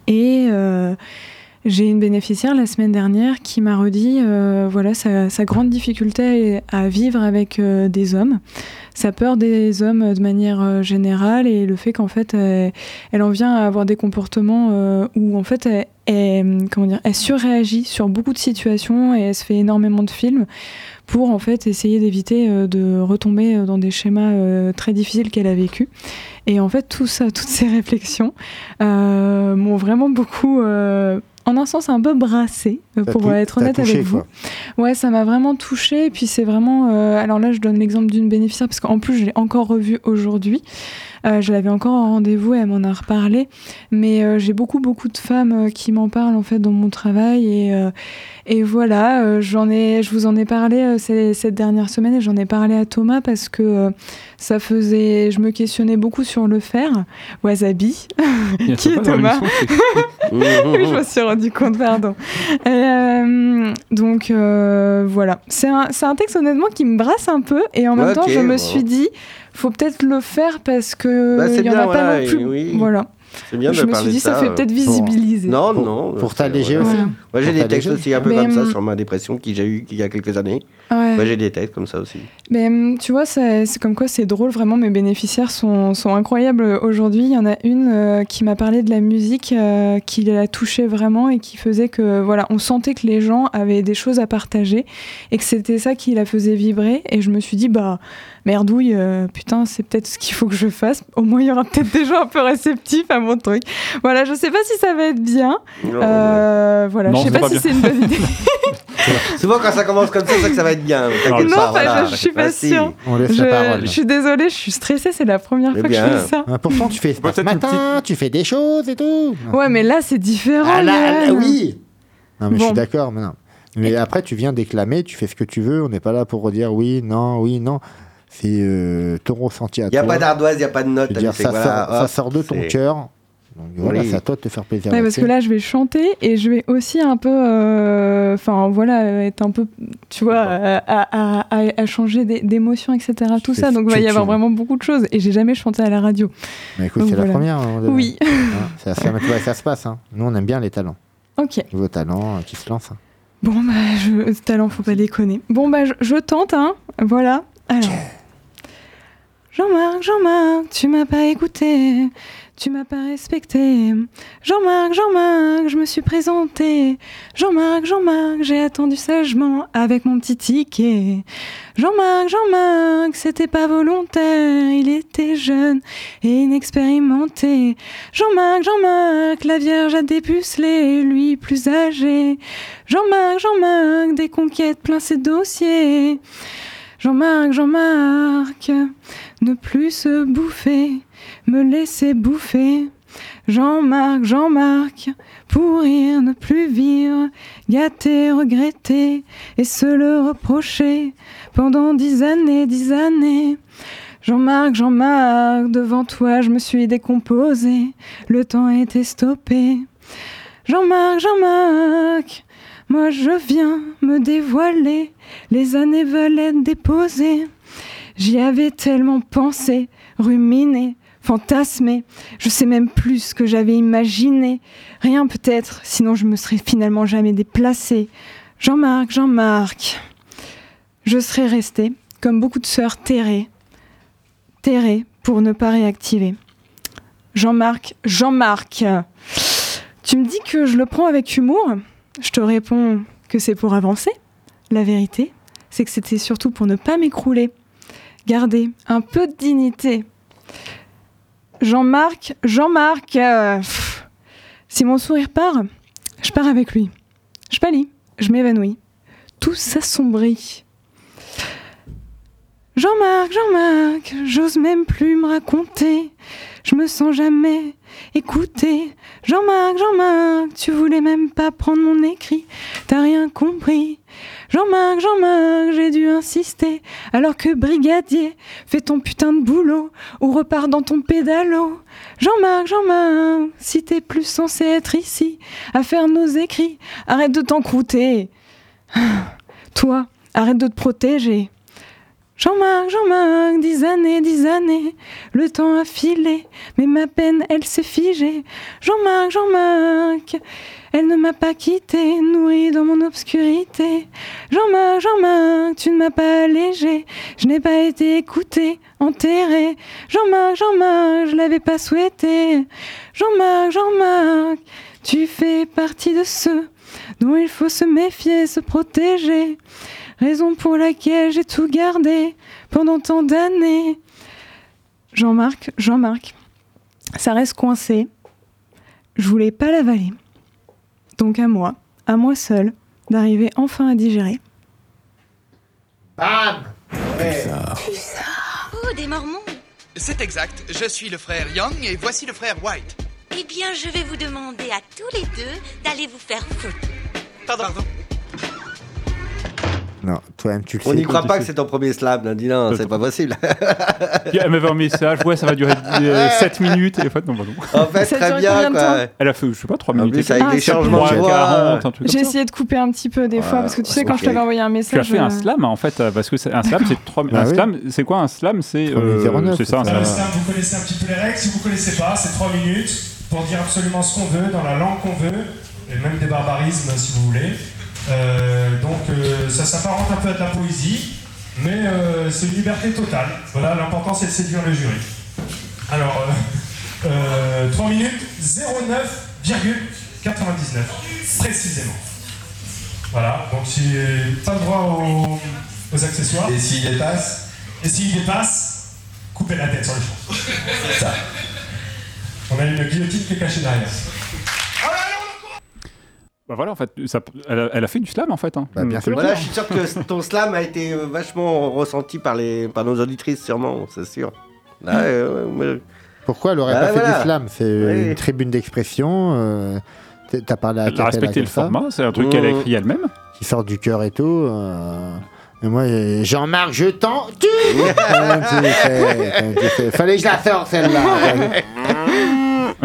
M: Et euh, j'ai une bénéficiaire la semaine dernière qui m'a redit euh, voilà sa, sa grande difficulté à vivre avec euh, des hommes, sa peur des hommes euh, de manière euh, générale et le fait qu'en fait euh, elle en vient à avoir des comportements euh, où en fait elle, elle- comment dire, elle surréagit sur beaucoup de situations et elle se fait énormément de films pour en fait essayer d'éviter euh, de retomber dans des schémas euh, très difficiles qu'elle a vécu. Et en fait tout ça, toutes ces réflexions euh, m'ont vraiment beaucoup, euh, en un sens un peu brassé euh,
C: T'as
M: pour
C: tou-
M: euh, être
C: t'as
M: honnête
C: touché,
M: avec vous.
C: quoi.
M: Ouais, ça m'a vraiment touchée. Et puis c'est vraiment. euh, alors là, je donne l'exemple d'une bénéficiaire parce qu'en plus, je l'ai encore revue aujourd'hui. Euh, je l'avais encore en rendez-vous et elle m'en a reparlé. Mais euh, j'ai beaucoup, beaucoup de femmes euh, qui m'en parlent en fait dans mon travail. Et, euh, et voilà, euh, j'en ai, je vous en ai parlé euh, ces- cette dernière semaine et j'en ai parlé à Thomas parce que euh, ça faisait. Je me questionnais beaucoup sur le faire. Wasabi.
G: Il y a
M: qui est
G: Thomas dans
M: Thomas
G: l'émission,
M: oui, je me suis rendu compte, pardon. Et, euh, donc euh, voilà, c'est un, c'est un texte honnêtement qui me brasse un peu et en même
F: Ok,
M: temps je me
F: bon.
M: suis dit, faut peut-être le faire parce que
F: Bah, c'est
M: il y en
F: bien,
M: a pas
F: voilà,
M: non plus.
F: et oui.
M: Voilà.
F: C'est bien
M: Je
F: de
M: me suis
F: parler
M: dit,
F: de
M: ça
F: ça. euh,
M: fait peut-être visibiliser.
F: Non, non.
C: pour t'alléger
F: voilà.
C: aussi.
F: Moi, j'ai
C: Pour
F: des textes
C: t'alléger.
F: aussi un peu
M: Mais,
F: comme ça
M: hum,
F: sur ma dépression que j'ai eue il y a quelques années.
M: Ouais.
F: Moi, j'ai des textes comme ça aussi.
M: Mais hum, tu vois, c'est c'est comme quoi c'est drôle, vraiment, mes bénéficiaires sont, sont incroyables aujourd'hui. Il y en a une euh, qui m'a parlé de la musique euh, qui la touchait vraiment et qui faisait que, voilà, on sentait que les gens avaient des choses à partager et que c'était ça qui la faisait vibrer. Et je me suis dit, bah, merdouille, euh, putain, c'est peut-être ce qu'il faut que je fasse. Au moins, il y aura peut-être des gens un peu réceptifs à mon truc. Voilà, je sais pas si ça va être bien.
F: Non,
M: Euh, voilà,
F: Non,
M: je sais
F: c'est
M: pas,
F: pas
M: si
F: bien.
M: c'est une bonne idée.
F: Souvent, quand ça commence comme ça, c'est que ça va être bien. t'inquiète
M: Non,
F: pas,
M: pas,
F: voilà.
M: je, je suis pas
F: Vas-y.
M: sûre. je, je suis désolée, je suis stressée, c'est la première
F: Eh
M: fois
F: bien.
M: que je fais ça.
C: Ah, pourtant, tu fais ce matin, tu fais des choses et tout.
M: Ouais, mais là, c'est différent.
C: Ah là, ah là,
M: Léane.
C: oui Non, mais je
M: Bon.
C: suis d'accord, mais non. Mais après, tu viens déclamer, tu fais ce que tu veux, on n'est pas là pour dire oui, non, oui, non. C'est euh, ton ressenti à
F: Il n'y a
C: toi.
F: pas d'ardoise, il n'y a pas de note.
C: Je veux dire, ça, sort, ça sort de ton cœur. Donc voilà,
F: Oui.
C: c'est à toi de te faire plaisir.
M: Ouais, parce
C: là-dessus.
M: que là, je vais chanter et je vais aussi un peu. euh, Enfin, voilà, euh, être un peu. Tu vois, euh, à, à- à- à changer d'é- d'émotion, etc. Tout
C: Tu
M: ça.
C: fais-
M: Donc, bah, il va
C: tu-
M: y
C: tu-
M: avoir vraiment beaucoup de choses. Et j'ai jamais chanté à la radio.
C: Mais écoute,
M: Donc,
C: c'est
M: voilà.
C: la première. hein, de-
M: Oui.
C: Hein, c'est à ça, mais tu vois, ça se passe. hein. Nous, on aime bien les talents.
M: Ok.
C: Vos talents euh, qui se lancent. hein.
M: Bon, bah, je... talent, faut pas déconner. Bon, bah, je, je tente, hein. Voilà. Alors. Jean-Marc, Jean-Marc, tu m'as pas écouté, tu m'as pas respecté. Jean-Marc, Jean-Marc, je me suis présenté. Jean-Marc, Jean-Marc, j'ai attendu sagement avec mon petit ticket. Jean-Marc, Jean-Marc, c'était pas volontaire, il était jeune et inexpérimenté. Jean-Marc, Jean-Marc, la Vierge a dépucelé, lui plus âgé. Jean-Marc, Jean-Marc, des conquêtes plein ses dossiers. Jean-Marc, Jean-Marc, ne plus se bouffer, me laisser bouffer. Jean-Marc, Jean-Marc, pourrir, ne plus vivre, gâter, regretter et se le reprocher pendant dix années, dix années. Jean-Marc, Jean-Marc, devant toi je me suis décomposé, le temps était stoppé. Jean-Marc, Jean-Marc, moi je viens me dévoiler, les années veulent être déposées. J'y avais tellement pensé, ruminé, fantasmé, je sais même plus ce que j'avais imaginé. Rien peut-être, sinon je me serais finalement jamais déplacé. Jean-Marc, Jean-Marc, je serais resté, comme beaucoup de sœurs terrées, terrées pour ne pas réactiver. Jean-Marc, Jean-Marc, tu me dis que je le prends avec humour. Je te réponds que c'est pour avancer. La vérité, c'est que c'était surtout pour ne pas m'écrouler. Gardez un peu de dignité. Jean-Marc, Jean-Marc, euh, pff, si mon sourire part, je pars avec lui. Je pâlis, je m'évanouis. Tout s'assombrit. Jean-Marc, Jean-Marc, j'ose même plus me raconter. Je me sens jamais écouté. Jean-Marc, Jean-Marc, tu voulais même pas prendre mon écrit. T'as rien compris. Jean-Marc, Jean-Marc, j'ai dû insister alors que brigadier fait ton putain de boulot ou repart dans ton pédalo Jean-Marc, Jean-Marc, si t'es plus censé être ici à faire nos écrits, arrête de t'encrouter. Toi, arrête de te protéger. Jean-Marc, Jean-Marc, dix années, dix années, le temps a filé, mais ma peine, elle s'est figée. Jean-Marc, Jean-Marc, elle ne m'a pas quitté, nourrie dans mon obscurité. Jean-Marc, Jean-Marc, tu ne m'as pas allégé, je n'ai pas été écoutée, enterrée. Jean-Marc, Jean-Marc, je l'avais pas souhaité. Jean-Marc, Jean-Marc, tu fais partie de ceux dont il faut se méfier, se protéger. Raison pour laquelle j'ai tout gardé pendant tant d'années. Jean-Marc, Jean-Marc, ça reste coincé. Je voulais pas l'avaler. Donc à moi, à moi seul, d'arriver enfin à digérer.
P: Bam
Q: Oh, des mormons
P: C'est exact, je suis le frère Young et voici le frère White.
Q: Eh bien, je vais vous demander à tous les deux d'aller vous faire foutre.
P: Pardon, pardon.
C: Non, toi-même, tu le sais.
F: On n'y croit
C: tu
F: pas
C: sais. Bah,
F: que c'est ton premier slam, là. dis non, c'est pas possible.
G: Elle m'avait un message, ouais, ça va durer 7 minutes. Et en fait, non, pardon.
F: En fait,
M: Ça a très duré bien, combien de quoi. temps
G: Elle a fait, je sais pas, 3 minutes.
F: plus, avec
M: les
F: changements de voix,
G: 40, Ah, un truc
M: J'ai
G: comme ça.
M: essayé de couper un petit peu des fois parce que tu sais quand je
G: ok.
M: t'avais envoyé un
G: Tu as
M: message.
G: fait
M: euh,
G: un slam en fait, euh, parce que c'est- un slam c'est 3
C: Bah
G: un
C: oui.
G: slam, c'est quoi un slam C'est
C: Trois
G: euh,
C: minutes 09,
G: c'est ça, un
C: c'est
G: slam.
C: ça.
R: Slam, vous connaissez un petit peu les règles. Si vous connaissez pas, c'est 3 minutes pour dire absolument ce qu'on veut, dans la langue qu'on veut, et même des barbarismes hein, si vous voulez. Euh, donc euh, ça s'apparente un peu à de la poésie, mais euh, c'est une liberté totale. Voilà, l'important c'est de séduire le jury. Alors, euh, euh, 3 minutes 09,99 précisément. Voilà, donc j'ai pas le droit aux, aux accessoires. Et s'il dépasse Et s'il dépasse, coupez la tête sur le champ. Ça. On a une guillotine qui est cachée derrière.
G: Bah voilà, en fait, ça- elle, a, elle a fait du slam en fait. hein. Mm, c'est
F: Voilà,
G: bien.
F: je suis Bah, sûr que ton slam a été euh, vachement ressenti par, les, par nos auditrices, sûrement, c'est sûr. Là, euh, ouais, ouais.
C: Pourquoi elle aurait
F: Bah,
C: pas fait
F: voilà.
C: du slam C'est
F: Oui.
C: une tribune d'expression. euh, t'es- T'as parlé à
G: Elle a respecté le format, c'est un truc qu'elle a écrit elle-même.
C: Qui sort du cœur et tout. euh, Et moi, euh, Jean-Marc, je t'en tue Ah, tu sais, tu sais, Fallait que je la sorte celle-là.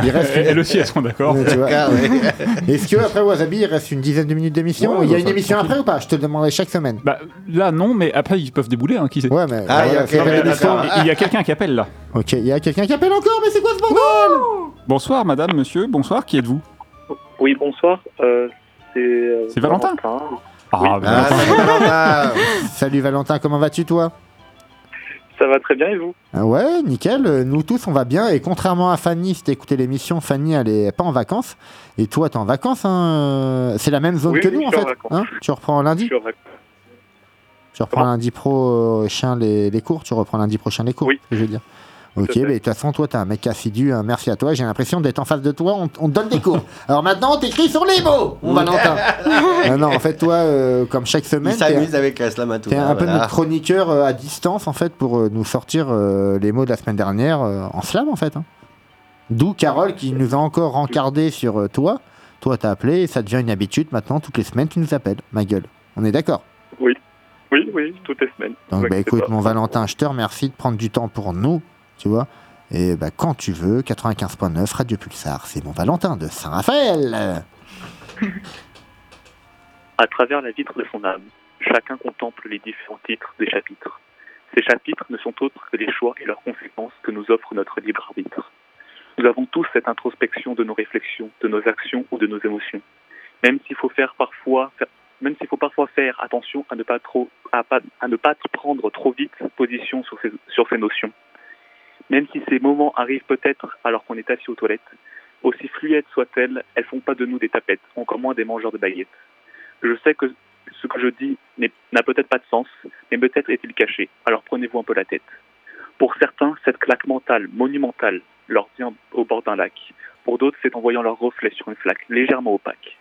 C: Il reste une-
G: Elle aussi, elles sont d'accord.
C: Ouais, tu vois. Est-ce que après Wasabi, il reste une dizaine de minutes d'émission
G: Ouais,
C: Il y a
G: bah,
C: une
G: ça,
C: émission
G: tranquille.
C: après ou pas Je te le demanderai chaque semaine.
G: Bah là non, mais après ils peuvent débouler, hein, qui sait.
C: Ouais, mais
F: Ah, il y a- ok,
C: c'est la
F: mais
C: même
F: attends,
C: histoire.
G: Il y a quelqu'un qui appelle là.
C: Ok, il y a quelqu'un qui appelle encore, mais c'est quoi ce bordel
G: Bonsoir madame, monsieur, bonsoir, qui êtes-vous
S: Oui, bonsoir. euh, c'est euh,
G: C'est Valentin
S: Valentin.
G: Ah,
C: Ah,
G: Valentin.
C: c'est Valentin. Salut Valentin, comment vas-tu toi
S: Ça va très bien et vous
C: Ah Ouais, nickel, euh, nous tous on va bien et contrairement à Fanny, si t'as écouté l'émission, Fanny elle est pas en vacances et toi t'es en vacances, hein, euh, c'est la même zone
S: Oui,
C: que
S: oui,
C: nous
S: je
C: en
S: suis en
C: fait,
S: vacances.
C: hein tu reprends lundi
S: Je suis en vacances.
C: Tu reprends lundi prochain les, les cours Tu reprends lundi prochain les cours c'est ce que je veux dire. Ok,
S: Tout à
C: mais de toute façon, toi, t'es un mec assidu, hein, merci à toi. J'ai l'impression d'être en face de toi, on, on te donne des cours. Alors maintenant, t'écris sur les mots, mon Valentin. Ah non, en fait, toi, euh, comme chaque
F: Il
C: semaine,
F: s'amuse
C: t'es
F: avec la slam à tout.
C: t'es un
F: hein,
C: peu
F: voilà.
C: notre chroniqueur euh, à distance, en fait, pour euh, nous sortir euh, les mots de la semaine dernière euh, en slam, en fait. hein. D'où Carole qui nous a encore rencardé sur euh, toi. Toi, t'as appelé, et ça devient une habitude. Maintenant, toutes les semaines, tu nous appelles, ma gueule. On est d'accord
S: Oui, oui, oui, toutes les semaines.
C: donc,
S: Vous
C: bah,
S: inquiétez
C: écoute,
S: pas.
C: mon Valentin, je te remercie de prendre du temps pour nous, tu vois. Et bah, quand tu veux, 95.9, Radio Pulsar, c'est mon Valentin de Saint-Raphaël.
S: À travers la vitre de son âme, chacun contemple les différents titres des chapitres. Ces chapitres ne sont autres que les choix et leurs conséquences que nous offre notre libre arbitre. Nous avons tous cette introspection de nos réflexions, de nos actions ou de nos émotions. Même s'il faut faire parfois, faire- même s'il faut parfois faire attention à ne pas trop, à, pas- à ne pas prendre trop vite position sur ces, sur ces notions. Même si ces moments arrivent peut-être alors qu'on est assis aux toilettes, aussi fluides soient-elles, elles font pas de nous des tapettes, encore moins des mangeurs de baguettes. Je sais que ce que je dis n'est- n'a peut-être pas de sens, mais peut-être est-il caché. Alors prenez-vous un peu la tête. Pour certains, cette claque mentale, monumentale, leur vient au bord d'un lac. Pour d'autres, c'est en voyant leur reflet sur une flaque, légèrement opaque.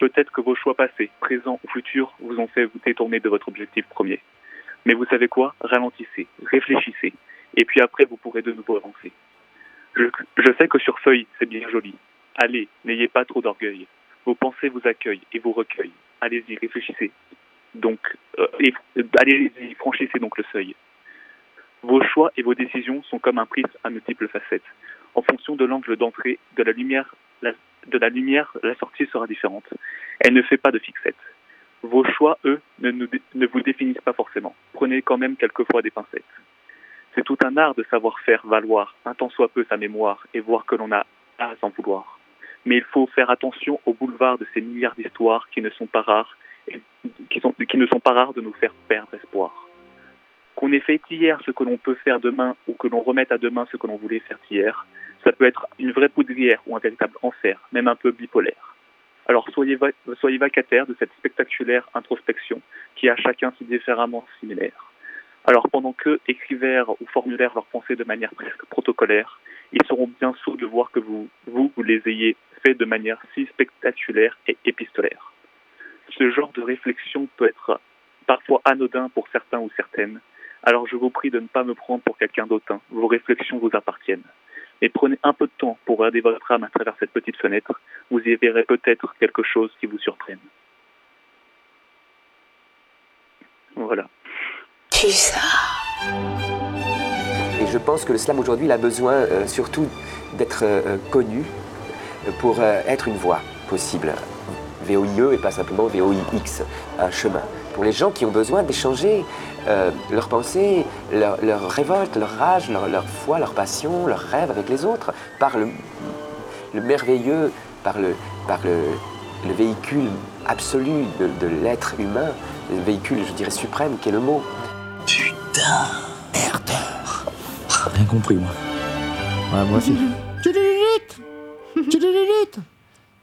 S: Peut-être que vos choix passés, présents ou futurs, vous ont fait vous détourner de votre objectif premier. Mais vous savez quoi Ralentissez, réfléchissez, et puis après, vous pourrez de nouveau avancer. Je, je sais que sur feuille, c'est bien joli. Allez, n'ayez pas trop d'orgueil. Vos pensées vous accueillent et vous recueillent. Allez-y, réfléchissez. Donc, euh, et, allez, et franchissez donc le seuil. Vos choix et vos décisions sont comme un prisme à multiples facettes. En fonction de l'angle d'entrée, de la lumière, la, de la lumière, la sortie sera différente. Elle ne fait pas de fixette. Vos choix, eux, ne, nous dé- ne vous définissent pas forcément. Prenez quand même quelquefois des pincettes. C'est tout un art de savoir faire valoir un tant soit peu sa mémoire et voir que l'on a à s'en vouloir. Mais il faut faire attention au boulevard de ces milliards d'histoires qui ne sont pas rares et qui, sont- qui ne sont pas rares de nous faire perdre espoir. Qu'on ait fait hier ce que l'on peut faire demain ou que l'on remette à demain ce que l'on voulait faire hier, ça peut être une vraie poudrière ou un véritable enfer, même un peu bipolaire. Alors soyez, va- soyez vacataires de cette spectaculaire introspection qui a chacun si différemment similaire. Alors pendant qu'eux écrivèrent ou formulèrent leurs pensées de manière presque protocolaire, ils seront bien sourds de voir que vous, vous, vous les ayez fait de manière si spectaculaire et épistolaire. Ce genre de réflexion peut être parfois anodin pour certains ou certaines, alors je vous prie de ne pas me prendre pour quelqu'un d'autant, vos réflexions vous appartiennent. Mais prenez un peu de temps pour regarder votre âme à travers cette petite fenêtre, vous y verrez peut-être quelque chose qui vous surprenne. Voilà.
T: Et je pense que le slam aujourd'hui, il a besoin euh, surtout d'être euh, euh, connu pour euh, être une voie possible. VOIE E et pas simplement VOIX, un chemin. Pour les gens qui ont besoin d'échanger euh, leurs pensées, leur, leur révolte, leur rage, leur, leur foi, leur passion, leurs rêves avec les autres, par le, le merveilleux, par le, par le, le véhicule absolu de, de l'être humain, le véhicule, je dirais, suprême, qui est le mot. Putain
J: Rien compris, moi.
C: Ouais, moi aussi.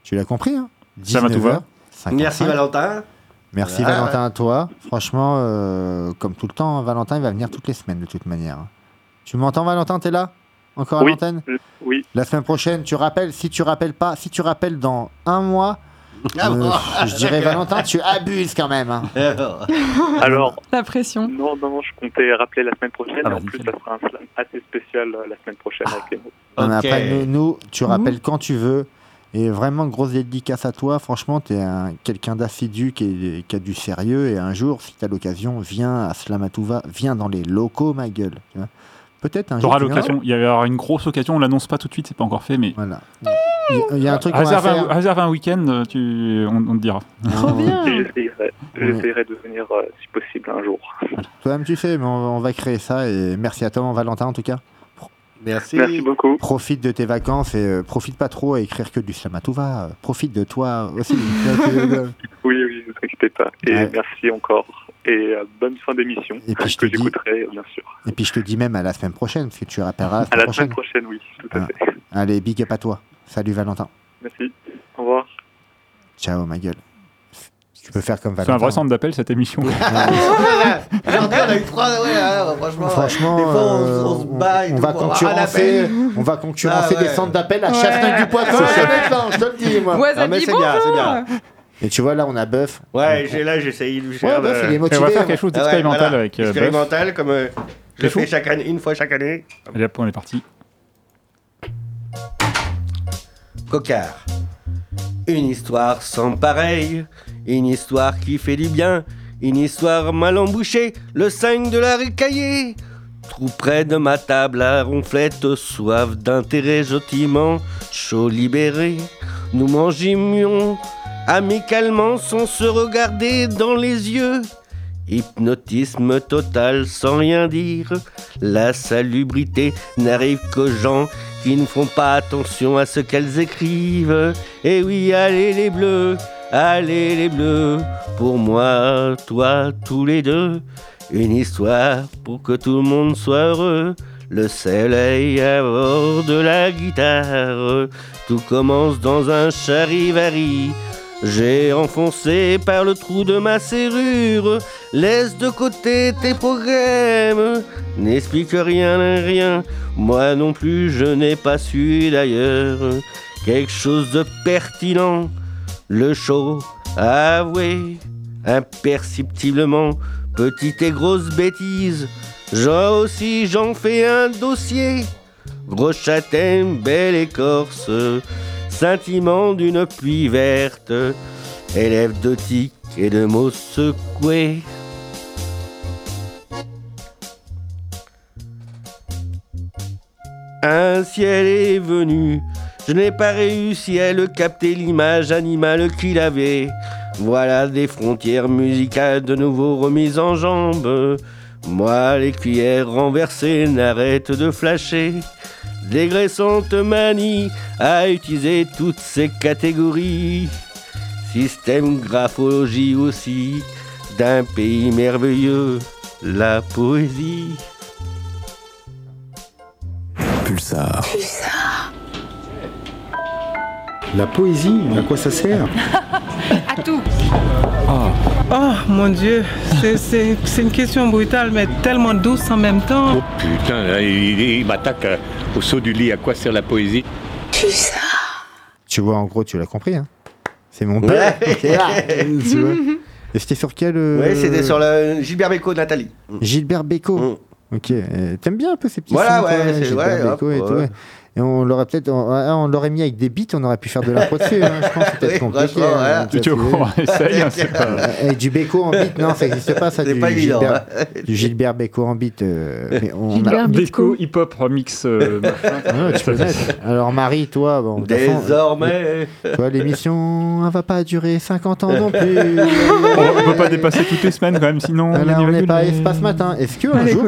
C: Tu l'as compris, hein
F: Ça m'a tout va.
C: 19h55.
F: Merci Valentin.
C: Merci
F: Voilà.
C: Valentin à toi. Franchement, euh, comme tout le temps, hein, Valentin il va venir toutes les semaines de toute manière. Tu m'entends Valentin, t'es là Encore
S: Oui,
C: à l'antenne
S: je- Oui.
C: La semaine prochaine, tu rappelles, si tu rappelles pas, si tu rappelles dans un mois,
S: Ah
C: euh,
S: bon
C: je dirais
S: D'accord.
C: Valentin, tu abuses quand même. hein.
S: Alors,
M: La pression.
S: non, non, non, je comptais rappeler la semaine prochaine. en plus, ça sera un slam assez spécial euh, la semaine prochaine avec les mots.
C: Non, mais après, nous, nous, tu rappelles quand tu veux. Et vraiment, grosse dédicace à toi. Franchement, tu es quelqu'un d'assidu qui, est- qui a du sérieux. Et un jour, si tu as l'occasion, viens à Slamatouva, viens dans les locaux, ma gueule. tu vois. Peut-être un jour.
G: T'auras
C: tu viendras.
G: l'occasion. Il y aura une grosse occasion. On l'annonce pas tout de suite. C'est pas encore fait, mais.
C: Voilà. Il y a un truc qu'on va
G: Réserve,
C: faire.
G: un, réserve un week-end. euh, Tu, on, on te dira.
C: Trop bien.
S: Et J'essayerai j'essayerai de venir euh, si possible un jour.
C: Toi-même, tu sais, mais on, on va créer ça. Et merci à toi, Valentin, en tout cas.
F: Merci.
S: Merci beaucoup.
C: Profite de tes vacances et euh, profite pas trop à écrire que du Slamatouva. Euh, Profite de toi aussi.
S: Oui, oui, ne vous inquiétez pas. Et
C: Ouais.
S: merci encore. Et euh, bonne fin d'émission.
C: Et puis, je te
S: que
C: dis-
S: j'écouterai, bien sûr.
C: et puis, je te dis même à la semaine prochaine, parce que tu rappelleras
S: À la semaine prochaine, oui, tout à fait.
C: Allez, big up à toi. Salut Valentin.
S: Merci. Au revoir.
C: Ciao ma gueule. Tu peux faire comme
G: C'est
C: Valentin.
G: un vrai centre d'appel cette émission.
F: Aujourd'hui, on a eu trois. ouais, ouais, franchement,
C: Franchement,
F: des fois, on,
C: euh,
F: on se bat et
C: on
F: tout
C: va
F: pour avoir un
C: concurrencer,
F: appel.
C: on va concurrencer
F: Ah ouais.
C: des centres d'appel à
F: Ouais.
C: chacun du Poitou.
F: Ouais.
C: ce mec-là, je te le dis, moi.
F: Wasabi, Ah, mais c'est bien, bonjour. c'est bien.
C: Et tu vois, là, on a Buff.
F: Ouais, j'ai là, j'essaye de faire.
C: Buff,
F: euh,
C: il est motivé, Et on va faire ouais. quelque chose
F: Ah ouais,
C: d'expérimental
F: voilà,
C: avec, euh, Buff.
F: Expérimental, comme euh, je le
G: chaud.
F: fais chaque année, une fois chaque année.
G: Allez, hop, on est parti.
F: Cocard. Une histoire sans pareil, une histoire qui fait du bien, une histoire mal embouchée, le 5 de la rue Caillé. Tout près de ma table à ronflette, soif d'intérêt jotiment, chaud libéré, nous mangimions amicalement sans se regarder dans les yeux. Hypnotisme total sans rien dire. La salubrité n'arrive qu'aux gens qui ne font pas attention à ce qu'elles écrivent. Et oui, allez les bleus, allez les bleus. Pour moi, toi, tous les deux. Une histoire pour que tout le monde soit heureux. Le soleil à bord de la guitare. Tout commence dans un charivari. J'ai enfoncé par le trou de ma serrure. Laisse de côté tes problèmes. N'explique rien à rien. Moi non plus, je n'ai pas su d'ailleurs quelque chose de pertinent. Le show avoué imperceptiblement petite et grosse bêtise. J'en aussi, j'en fais un dossier. Gros châtaigne, belle écorce, scintillement d'une pluie verte, élève de tic et le mot secoué. Un ciel est venu, je n'ai pas réussi à le capter l'image animale qu'il avait. Voilà des frontières musicales de nouveau remises en jambes. Moi, les cuillères renversées n'arrêtent de flasher. Dégraissante manie à utiliser toutes ces catégories. Système graphologie aussi d'un pays merveilleux, la poésie.
J: Pulsar.
U: La poésie, à quoi ça sert
V: À tout.
U: Ah,
W: Oh mon dieu, c'est- c'est c'est une question brutale mais tellement douce en même temps.
X: Putain, là, il, il m'attaque euh, au saut du lit. À quoi sert la poésie
C: Tu vois, en gros, tu l'as compris. hein. C'est mon père. Tu vois. Et c'était sur quel euh,
F: Ouais, c'était sur le Gilbert Bécaud, Nathalie.
C: Gilbert Bécaud. Ok. euh, T'aimes bien un peu ces petits
F: Mm. Voilà,
C: sons, toi,
F: ouais, c'est-
C: Gilbert
F: ouais,
C: Bécaud et
F: hop,
C: tout,
F: ouais.
C: ouais. Et on l'aurait peut-être, on, ah, on l'aurait mis avec des beats, on aurait pu faire de l'impro dessus. hein, Je pense que c'est peut-être
F: Oui,
C: compliqué.
F: franchement, voilà.
C: peut-être,
F: Tu te
C: euh,
F: comprends, essaye, hein, c'est pas-
C: Euh, et du Bécaud en beat, non, ça n'existe pas ça.
F: C'est
C: Du,
F: pas évident, hein.
C: Gilbert, du Gilbert Bécaud en beat. euh, mais on a-
G: Déco hip-hop remix. euh,
C: Ah, tu peux mettre. Alors Marie, toi, bon, de toute façon, euh,
F: Désormais.
C: Toi, l'émission elle va pas durer 50 ans non plus.
G: on peut pas dépasser toutes les semaines quand même, sinon.
C: Ah,
G: on
C: là,
G: y
C: on
G: va
C: n'est
G: plus,
C: pas à
G: mais-
C: espace matin. Est-ce que
G: Ah,
C: un
G: les
C: jour,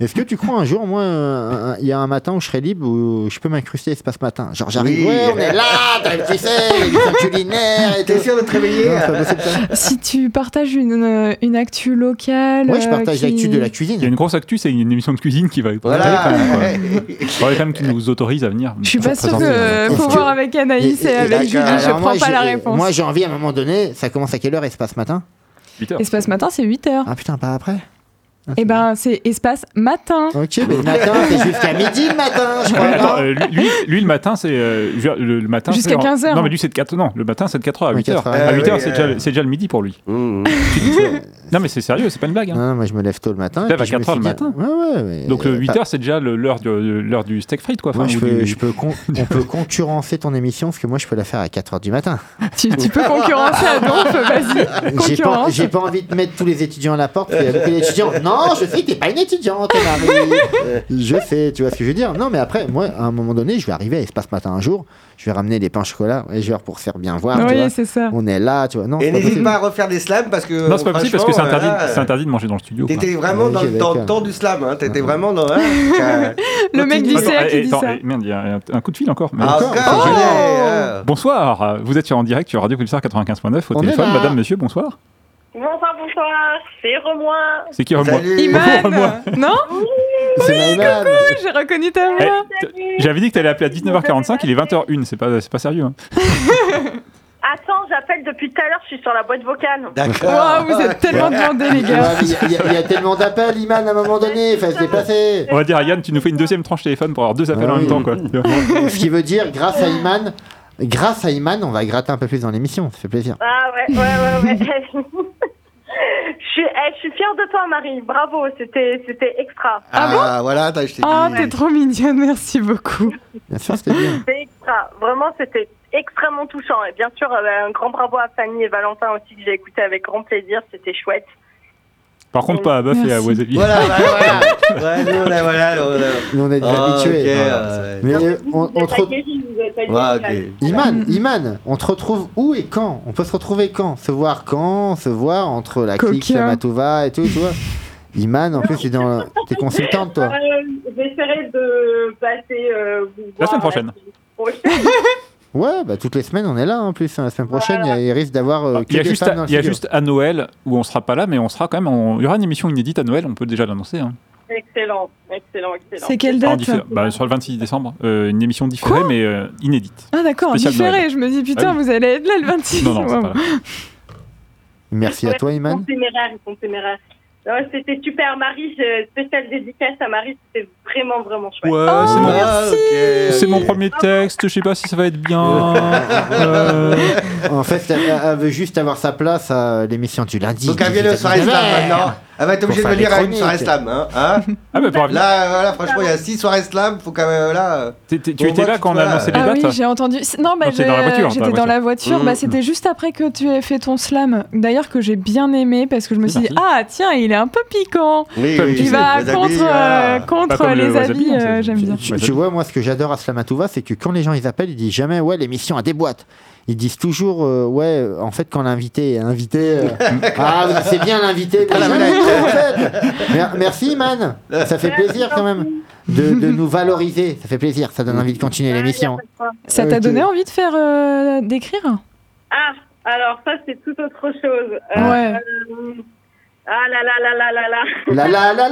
C: est-ce que tu crois un jour, moi, un- un- il y a un matin où je serai libre où je peux m'incruster à espace matin Genre j'arrive,
U: Oui.
C: ouais, on est là, t'as-
M: Ah,
C: tu sais, l'émission culinaire et tout. Non,
F: euh,
M: euh,
C: c'est pas possible, ça.
M: Si tu partages une, euh, une actu locale.
G: Ouais,
M: euh, qui-
C: cuisine.
G: Il y a une grosse actu, c'est une émission de cuisine qui va.
M: Voilà.
G: Il faudrait quand même qu'ils nous autorisent à venir.
M: Je suis pas sûre
G: présenter.
M: que pour euh, voir avec Anaïs et, avec Julie, je
C: Alors,
M: prends
C: moi,
M: pas
C: j'ai-
M: la réponse.
C: Moi, j'ai envie à un moment donné, ça commence à quelle heure espace matin
M: Espace matin, c'est 8h.
C: Ah putain, pas après
M: Eh ben, c'est espace matin.
C: Ok,
F: Ah,
C: mais le matin, c'est jusqu'à midi le matin, je
G: Ouais,
C: crois.
G: mais
C: non
G: attends, euh, lui, lui- lui, le matin, c'est. euh, je veux dire, le, le matin,
M: Jusqu'à
G: c'est en-
M: 15 heures.
G: Non, mais lui, c'est de 4 Non, le matin, c'est de 4h à 8h.
C: heures.
G: à
C: Euh,
G: 8h,
C: oui,
G: c'est
C: euh. Mmh,
G: déjà, le- c'est déjà le midi pour lui. non, mais c'est sérieux, c'est pas une blague. hein.
C: Non, non, moi je me lève tôt le matin.
G: Tu
C: et
G: te lèves
C: puis je me
G: à 4 heures le
C: suis dit-
G: matin.
C: Ouais, ouais. mais-
G: Donc,
C: euh,
G: le 8h,
C: pas-
G: c'est déjà le- l'heure du, euh, l'heure du steak frites, quoi.
C: Moi,
G: enfin,
C: je
G: ou
C: peux,
G: du-
C: je peux con- on peut concurrencer ton émission parce que moi je peux la faire à 4h du matin.
M: Tu, tu peux concurrencer à Donf, vas-y.
C: J'ai pas,
M: Concurrence.
C: j'ai pas envie de mettre tous les étudiants à la porte. parce qu'il y a beaucoup d'étudiants. Non, je sais que t'es pas une étudiante, Marie. je sais, tu vois ce que je veux dire. Non, mais après, moi, à un moment donné, je vais arriver à Espace Matin un jour. Je vais ramener des pains au chocolat et je vais leur pour faire bien voir. tu
M: Oui,
C: vois.
M: c'est ça.
C: On est là, tu vois. Non,
F: Et
C: c'est pas
F: n'hésite
C: possible.
F: pas à refaire des slams parce que.
G: Non, c'est pas possible parce que c'est
F: franchement,
G: interdit,
F: voilà,
G: c'est interdit de manger dans le studio. quoi.
F: T'étais vraiment dans le temps, temps du slam, hein. t'étais vraiment dans. hein, t'as-
M: Le mec du
G: Attends,
M: CA
G: eh,
M: qui dit
G: attends,
M: ça.
G: eh, Merde, il y a un coup de fil encore. mais
F: Ah,
G: encore,
F: encore,
G: c'est génial.
F: allez,
C: Oh.
F: euh.
G: Bonsoir, vous êtes sur en direct sur Radio Pulsar 95.9 au
F: On est
G: téléphone.
F: là.
G: Madame, monsieur, bonsoir.
L: Bonsoir, bonsoir, c'est Remois.
G: C'est qui Remois
F: Salut.
G: Iman.
M: Non
C: C'est Maïman.
M: Coucou, j'ai reconnu ta
G: Eh,
M: voix.
G: t- J'avais dit que t'allais appeler à 19h45, il est 20h01, c'est pas, c'est pas sérieux. hein.
L: Attends, j'appelle depuis tout à l'heure, je suis sur la boîte vocale.
M: Waouh, vous êtes tellement demandés, les gars.
C: Il y, a- il y a- il y a tellement d'appels, Iman, à un moment donné. Il faut se dépasser.
G: On va dire à Yann, tu nous fais une deuxième tranche téléphone pour avoir deux appels
C: Ah
G: en
C: oui.
G: même temps. Quoi.
C: Ce qui veut dire, grâce à Iman, grâce à Iman, on va gratter un peu plus dans l'émission. Ça fait plaisir.
L: Ah ouais, ouais, ouais, ouais. Je suis, eh, je suis fière de toi, Marie. Bravo, c'était c'était extra.
F: Ah, voilà, attends, je t'ai
M: Ah,
F: dit.
M: t'es trop mignonne, merci beaucoup.
C: Bien sûr, c'était bien.
L: C'était extra. Vraiment, c'était extrêmement touchant. Et bien sûr, euh, un grand bravo à Fanny et Valentin aussi que j'ai écouté avec grand plaisir. C'était chouette.
G: Par contre, pas à Buff et à Wasabi.
F: Voilà, bah, voilà. Ouais, euh, nous, on a- voilà, nous, on a-
C: Nous, on est déjà
F: Ah,
C: habitués.
F: ok,
C: Voilà.
F: ouais.
C: Mais euh, on, on te re-
F: Ouais, ok.
C: Iman, Iman, on te retrouve où et quand On peut se retrouver quand Se voir quand Se voir entre la clique,
L: Coquin.
C: la Matouva et tout, tu vois Iman, en plus, t'es, dans, t'es consultante, toi.
L: Euh, J'essaierai de passer euh, vous
C: La
L: voir
C: semaine prochaine.
L: prochaine.
C: Ouais, bah toutes les semaines, on est là, en plus. hein. La semaine prochaine, il y a- il risque d'avoir euh, que
G: Ah, Il y a
C: des
G: juste,
C: femmes
G: à,
C: dans le
G: il y a
C: studio.
G: juste à Noël où on sera pas là, mais on sera quand même. en- il y aura une émission inédite à Noël, on peut déjà l'annoncer. hein.
L: excellent, excellent, excellent.
G: En diffé- bah, Sur le 26 décembre, euh, une émission différée mais euh, inédite.
M: Ah d'accord,
G: Spécial
M: différé,
G: Noël.
M: je me dis putain,
G: Ah oui.
M: vous allez être là le 26.
G: Non, non, c'est
M: Waouh.
G: pas
C: Merci à toi, Iman.
L: Ils sont téméraires, ils sont téméraires. Non, C'était super, Marie. je- Spéciale dédicace à Marie. C'était vraiment, vraiment chouette.
G: Ouais,
M: Oh.
G: c'est mon, c'est mon premier texte, je sais pas si ça va être bien. Euh,
C: En fait, elle, elle veut juste avoir sa place à l'émission du lundi.
F: Donc, elle vient le soir et maintenant. Ah bah t'es obligé de
G: faire
F: venir
G: des
F: à une
G: chroniques.
F: soirée slam, hein, hein
G: Ah bah, pour-
F: Là, voilà, franchement, il y a 6 soirées slam, faut quand même, là... euh,
G: T'es- t'es- tu
F: au
G: étais
F: moins
G: là
F: que
G: quand on
F: sois
G: a
F: là.
G: annoncé les
M: Ah oui,
G: dates
M: j'ai entendu. C'est- Non, bah,
G: Non, t'es
M: j'ai-
G: dans la voiture,
M: j'étais dans la voiture.
F: Mmh.
M: Bah, c'était juste après que tu aies fait ton slam. D'ailleurs, que j'ai bien aimé parce que je me suis dit, ah tiens, il est un peu piquant.
F: Oui,
M: il
F: oui, oui,
M: va
F: les
M: contre,
F: habits, ah.
M: euh,
F: voilà.
M: contre
C: Pas comme le
M: les
C: wasabi,
M: habits,
C: hein,
M: euh, j'aime bien.
C: Tu, tu vois, moi, ce que j'adore à Slamatouva, c'est que quand les gens ils appellent, ils disent jamais ouais l'émission a des boîtes. Ils disent toujours euh, ouais euh, en fait quand l'invité est invité euh, ah mais c'est bien l'invité
F: Ah,
C: mais je l'ai trouvé, en fait. Mer- merci man ça fait plaisir quand même de, de nous valoriser ça fait plaisir ça donne envie de continuer l'émission
M: Ça t'a
C: Ok.
M: donné envie de faire euh, d'écrire
L: Ah, alors ça, c'est tout autre chose.
M: Ouais.
L: euh, ah là là là là là là.
C: la la la la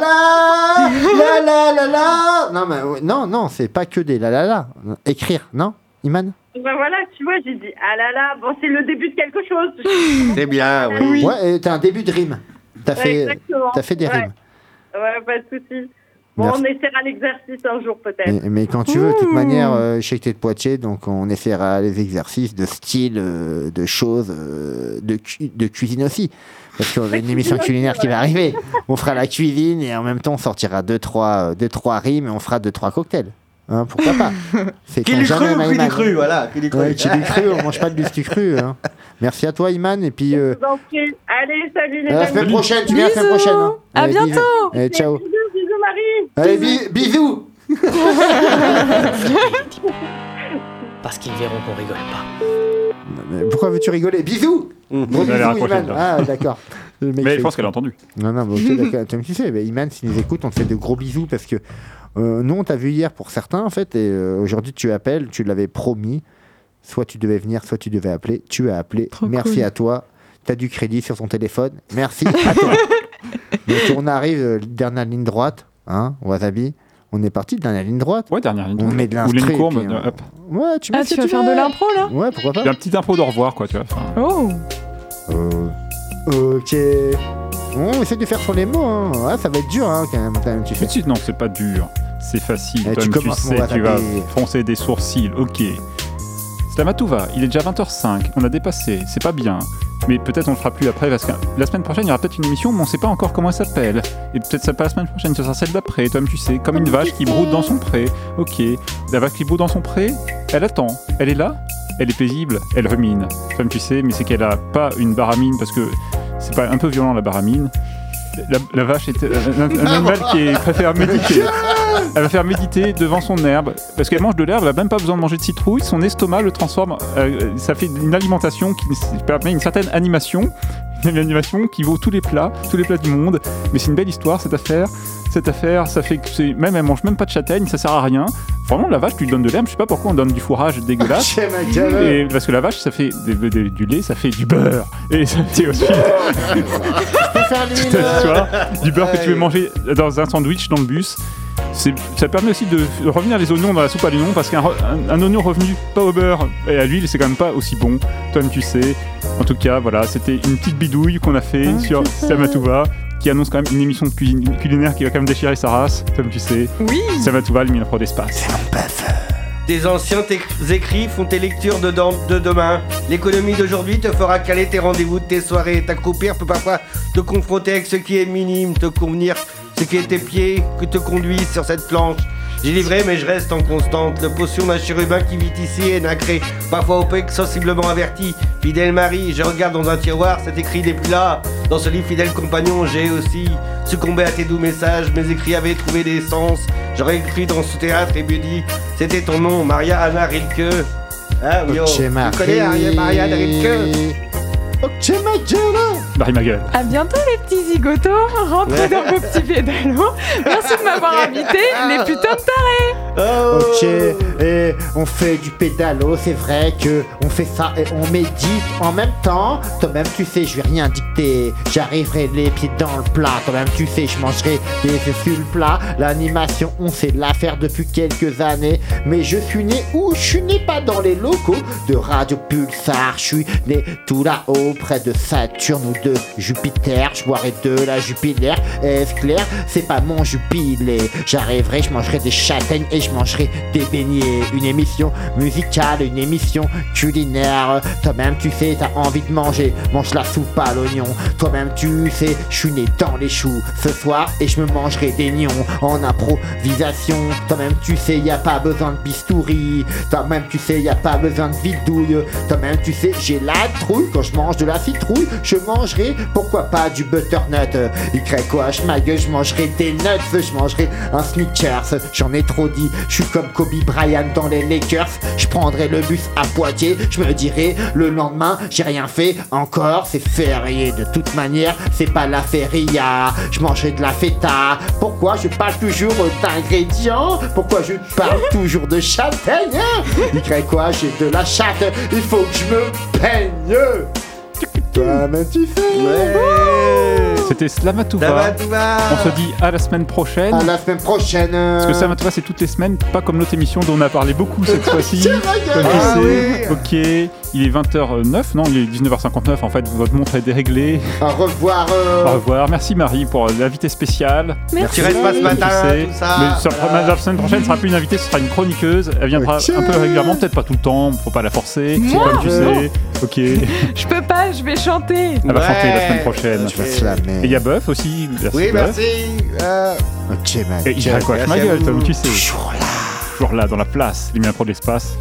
C: la la la la non mais ouais, non non c'est pas que des la la la écrire non Iman
L: Ben voilà, tu vois, j'ai dit ah là là, bon, c'est le début de quelque chose.
F: C'est bien,
L: Oui.
C: ouais et t'as un début de rime t'as
L: Ouais,
C: fait
L: exactement.
C: t'as fait des
L: Ouais.
C: rimes
L: Ouais, pas de souci. Bon,
C: Merci.
L: on essaiera l'exercice un jour peut-être.
C: Mais, mais quand tu veux, de toute
F: Hmm.
C: manière, euh, je sais que t'es de Poitiers, donc on essaiera les exercices de style, euh, de choses, euh, de, cu- de cuisine aussi. Parce qu'on a une émission culinaire qui va arriver. On fera la cuisine et en même temps, on sortira deux, trois, euh, deux, trois rimes et on fera deux, trois cocktails. Hein, pourquoi pas C'est
F: Qui
C: qu'on
F: l'eût
C: jamais
F: cru ou
C: n'a
F: qui l'eût
C: Iman.
F: cru, voilà, qui l'eût cru.
C: Ouais, qui l'eût cru, on mange pas de biscuit cru. hein. Merci à toi, Iman. Et puis, euh,
L: Donc, allez, salut les
C: à la
L: amis.
C: semaine prochaine, tu viens la semaine prochaine. hein.
L: À
C: Allez, bisous.
L: bientôt.
C: Allez, ciao.
L: Bisous, bisous Marie.
C: Allez, bi- bisous
D: Parce qu'ils verront qu'on rigole pas.
C: Mais Pourquoi veux-tu rigoler Bisous Gros
G: Mmh. Elle a
C: bisous,
G: raccroché,
C: Iman.
G: là.
C: Ah, d'accord. Le mec
G: Mais
C: fait
G: je pense
C: exprès.
G: qu'elle a entendu.
C: Non, non, mais ok, d'accord. Comme tu sais, mais Iman, si nous écoute, on te fait de gros bisous parce que euh, nous, on t'a vu hier pour certains, en fait, et euh, aujourd'hui, tu appelles, tu l'avais promis. Soit tu devais venir, soit tu devais appeler. Tu as appelé. Merci
G: cool.
C: à toi. T'as du crédit sur ton téléphone. Merci à toi. Donc, on arrive, euh, dernière ligne droite, hein, Wasabi. On est parti de dernière ligne droite.
G: Ouais, dernière ligne
C: On
G: droite.
C: met de
G: Ou
C: l'instru.
G: ligne
C: et
G: courbe,
C: puis on-
G: hop.
C: Ouais, tu
M: Ah,
C: mets ce
M: tu
C: que
M: vas faire de
C: veux.
M: l'impro là
C: Ouais, pourquoi pas
G: Il y a un petit impro d'au revoir, quoi, tu vois. enfin.
M: Oh
C: Euh, ok. On essaie de faire sur les mots. Hein. Ah, ça va être dur hein, quand même. quand même, tu
G: Tout
C: fais.
G: de suite, non, c'est pas dur. C'est facile.
C: Eh, tu
G: Tom, tu,
C: commences, mon
G: sais, tu vas
C: wasabi.
G: froncer des sourcils. Ok. Slamatouva, il est déjà 20h05. On a dépassé. C'est pas bien. Mais peut-être on le fera plus après parce que la semaine prochaine, il y aura peut-être une émission, mais on sait pas encore comment elle s'appelle. Et peut-être ça pas la semaine prochaine, ce sera celle d'après. Tom, tu sais, comme une vache qui broute dans son pré. Ok. La vache qui broute dans son pré, elle attend. Elle est là. Elle est paisible. Elle rumine. Tom, tu sais, mais c'est qu'elle a pas une baramine parce que c'est pas un peu violent la baramine. La, la vache est euh, un, un animal qui est préfère méditer. Elle va faire méditer devant son herbe. Parce qu'elle mange de l'herbe, elle a même pas besoin de manger de citrouille. Son estomac le transforme. euh, ça fait une alimentation qui s- permet une certaine animation. Une animation qui vaut tous les plats, tous les plats du monde. Mais c'est une belle histoire cette affaire. Cette affaire, ça fait que c'est- même elle mange même pas de châtaigne, ça sert à rien. Vraiment, la vache, tu lui donnes de l'herbe. Je sais pas pourquoi on donne du fourrage dégueulasse.
C: J'aime la cavale.
G: Et- parce que la vache, ça fait des- des- du lait, ça fait du beurre. Et ça fait aussi. Tu vois, du beurre que tu peux manger dans un sandwich dans le bus. C'est- Ça permet aussi de f- revenir les oignons dans la soupe à l'oignon parce qu'un re- un- un oignon revenu pas au beurre et à l'huile c'est quand même pas aussi bon. Toi tu sais. En tout cas voilà c'était une petite bidouille qu'on a fait sur Samatouva qui annonce quand même une émission de cuisine- culinaire qui va quand même déchirer sa race. Comme tu sais.
M: Oui.
G: Samatouva le pro d'espace.
F: Tes anciens t'éc- écrits font tes lectures de, dam- de demain. L'économie d'aujourd'hui te fera caler tes rendez-vous de tes soirées. T'accroupir peut parfois te confronter avec ce qui est minime, te convenir ce qui est tes pieds que te conduisent sur cette planche. J'ai livré, mais je reste en constante. Le potion d'un chérubin qui vit ici est nacré, parfois opaque, sensiblement averti. Fidèle Marie, je regarde dans un tiroir, cet écrit n'est plus là. Dans ce livre, fidèle compagnon, j'ai aussi succombé à tes doux messages. Mes écrits avaient trouvé des sens. J'aurais écrit dans ce théâtre et bien dit C'était ton nom, Maria Anna Rilke. Ah oui, oh.
C: Ok,
F: Tu connais Maria- Maria Anna Rilke
C: Ok, ma gueule.
G: Barry ma gueule.
M: À bientôt les petits zigotos, rentrez dans vos petits pédalos. Merci de m'avoir invité, les putains de tarés.
C: Ok, et on fait du pédalo, c'est vrai que on fait ça et on médite en même temps. Toi-même, tu sais, je vais rien dicter. J'arriverai les pieds dans le plat. Toi-même, tu sais, je mangerai des œufs sur le plat. L'animation, on sait l'affaire depuis quelques années. Mais je suis né où Je suis né pas dans les locaux de Radio Pulsar. Je suis né tout là-haut, près de Saturne ou de de Jupiter, je boirai de la Jupiler. Est-ce clair C'est pas mon Jubilé. J'arriverai, je mangerai des châtaignes et je mangerai des beignets. Une émission musicale, une émission culinaire. Toi-même, tu sais, t'as envie de manger. Mange la soupe à l'oignon. Toi-même, tu sais, je suis né dans les choux. Ce soir, et je me mangerai des nions en improvisation. Toi-même, tu sais, y a pas besoin de bistouri. Toi-même, tu sais, y a pas besoin de vidouille. Toi-même, tu sais, j'ai la trouille. Quand je mange de la citrouille, je mangerai, pourquoi pas, du butternut. Euh, Y quoi, je ma gueule, je mangerai des nuts. Je mangerai un Snickers. J'en ai trop dit. Je suis comme Kobe Bryant dans les Lakers. Je prendrai le bus à Poitiers. Je me dirai, le lendemain, j'ai rien fait encore. C'est férié de toute manière. C'est pas la feria. Je mangerai de la feta. Pourquoi je parle toujours d'ingrédients Pourquoi je parle toujours de châtaigne Y quoi, j'ai de la chatte. Il faut que je me peigne. Toi-même, tu sais.
G: C'était Slamatouva.
C: Slamatouva.
G: On se dit à la semaine prochaine.
C: À la semaine prochaine.
G: Parce que Slamatouva, c'est toutes les semaines, pas comme notre émission dont on a parlé beaucoup cette fois-ci.
C: C'est vrai que-
G: Comme tu
C: Ah
G: sais. Ok, il est 20h09, non, il est 19h59. En fait, votre montre est déréglée.
C: Au revoir. euh,
G: Au revoir. Merci Marie pour l'invité spéciale.
F: Merci. Tu restes pas ce matin,
G: Tu sais,
F: tout ça, Ah.
G: mais sur-
F: voilà.
G: La semaine prochaine, ce sera plus une invitée, ce sera une chroniqueuse. Elle viendra
M: Ok.
G: un peu régulièrement, peut-être pas tout le temps, faut pas la forcer.
M: Moi
G: comme tu
M: Non.
G: sais. Ok.
M: Je peux pas, je vais chanter.
G: Elle va chanter la
M: Ouais.
G: semaine prochaine.
C: Je vais se la mettre.
G: Et il y a Buff aussi.
F: Oui,
G: Buff.
F: merci. euh,
C: Ok, ma
G: Et il y a
C: gueule.
G: quoi
C: Merci
G: Ma
C: à
G: gueule,
C: vous.
G: Tom, tu sais. Toujours là. Toujours là, dans la place. Les miens pour l'espace.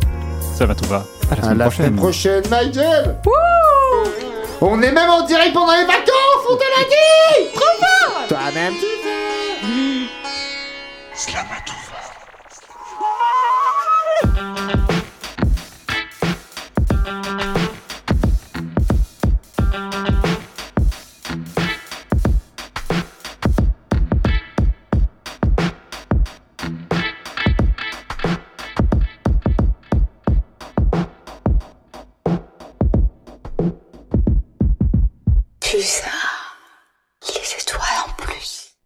G: Ça va, tout va. À la
C: À
G: semaine
C: la
G: prochaine.
C: semaine prochaine, Nigel On est même en direct pendant les vacances, on te l'a dit Trop fort Toi-même, tu
A: Plus ça.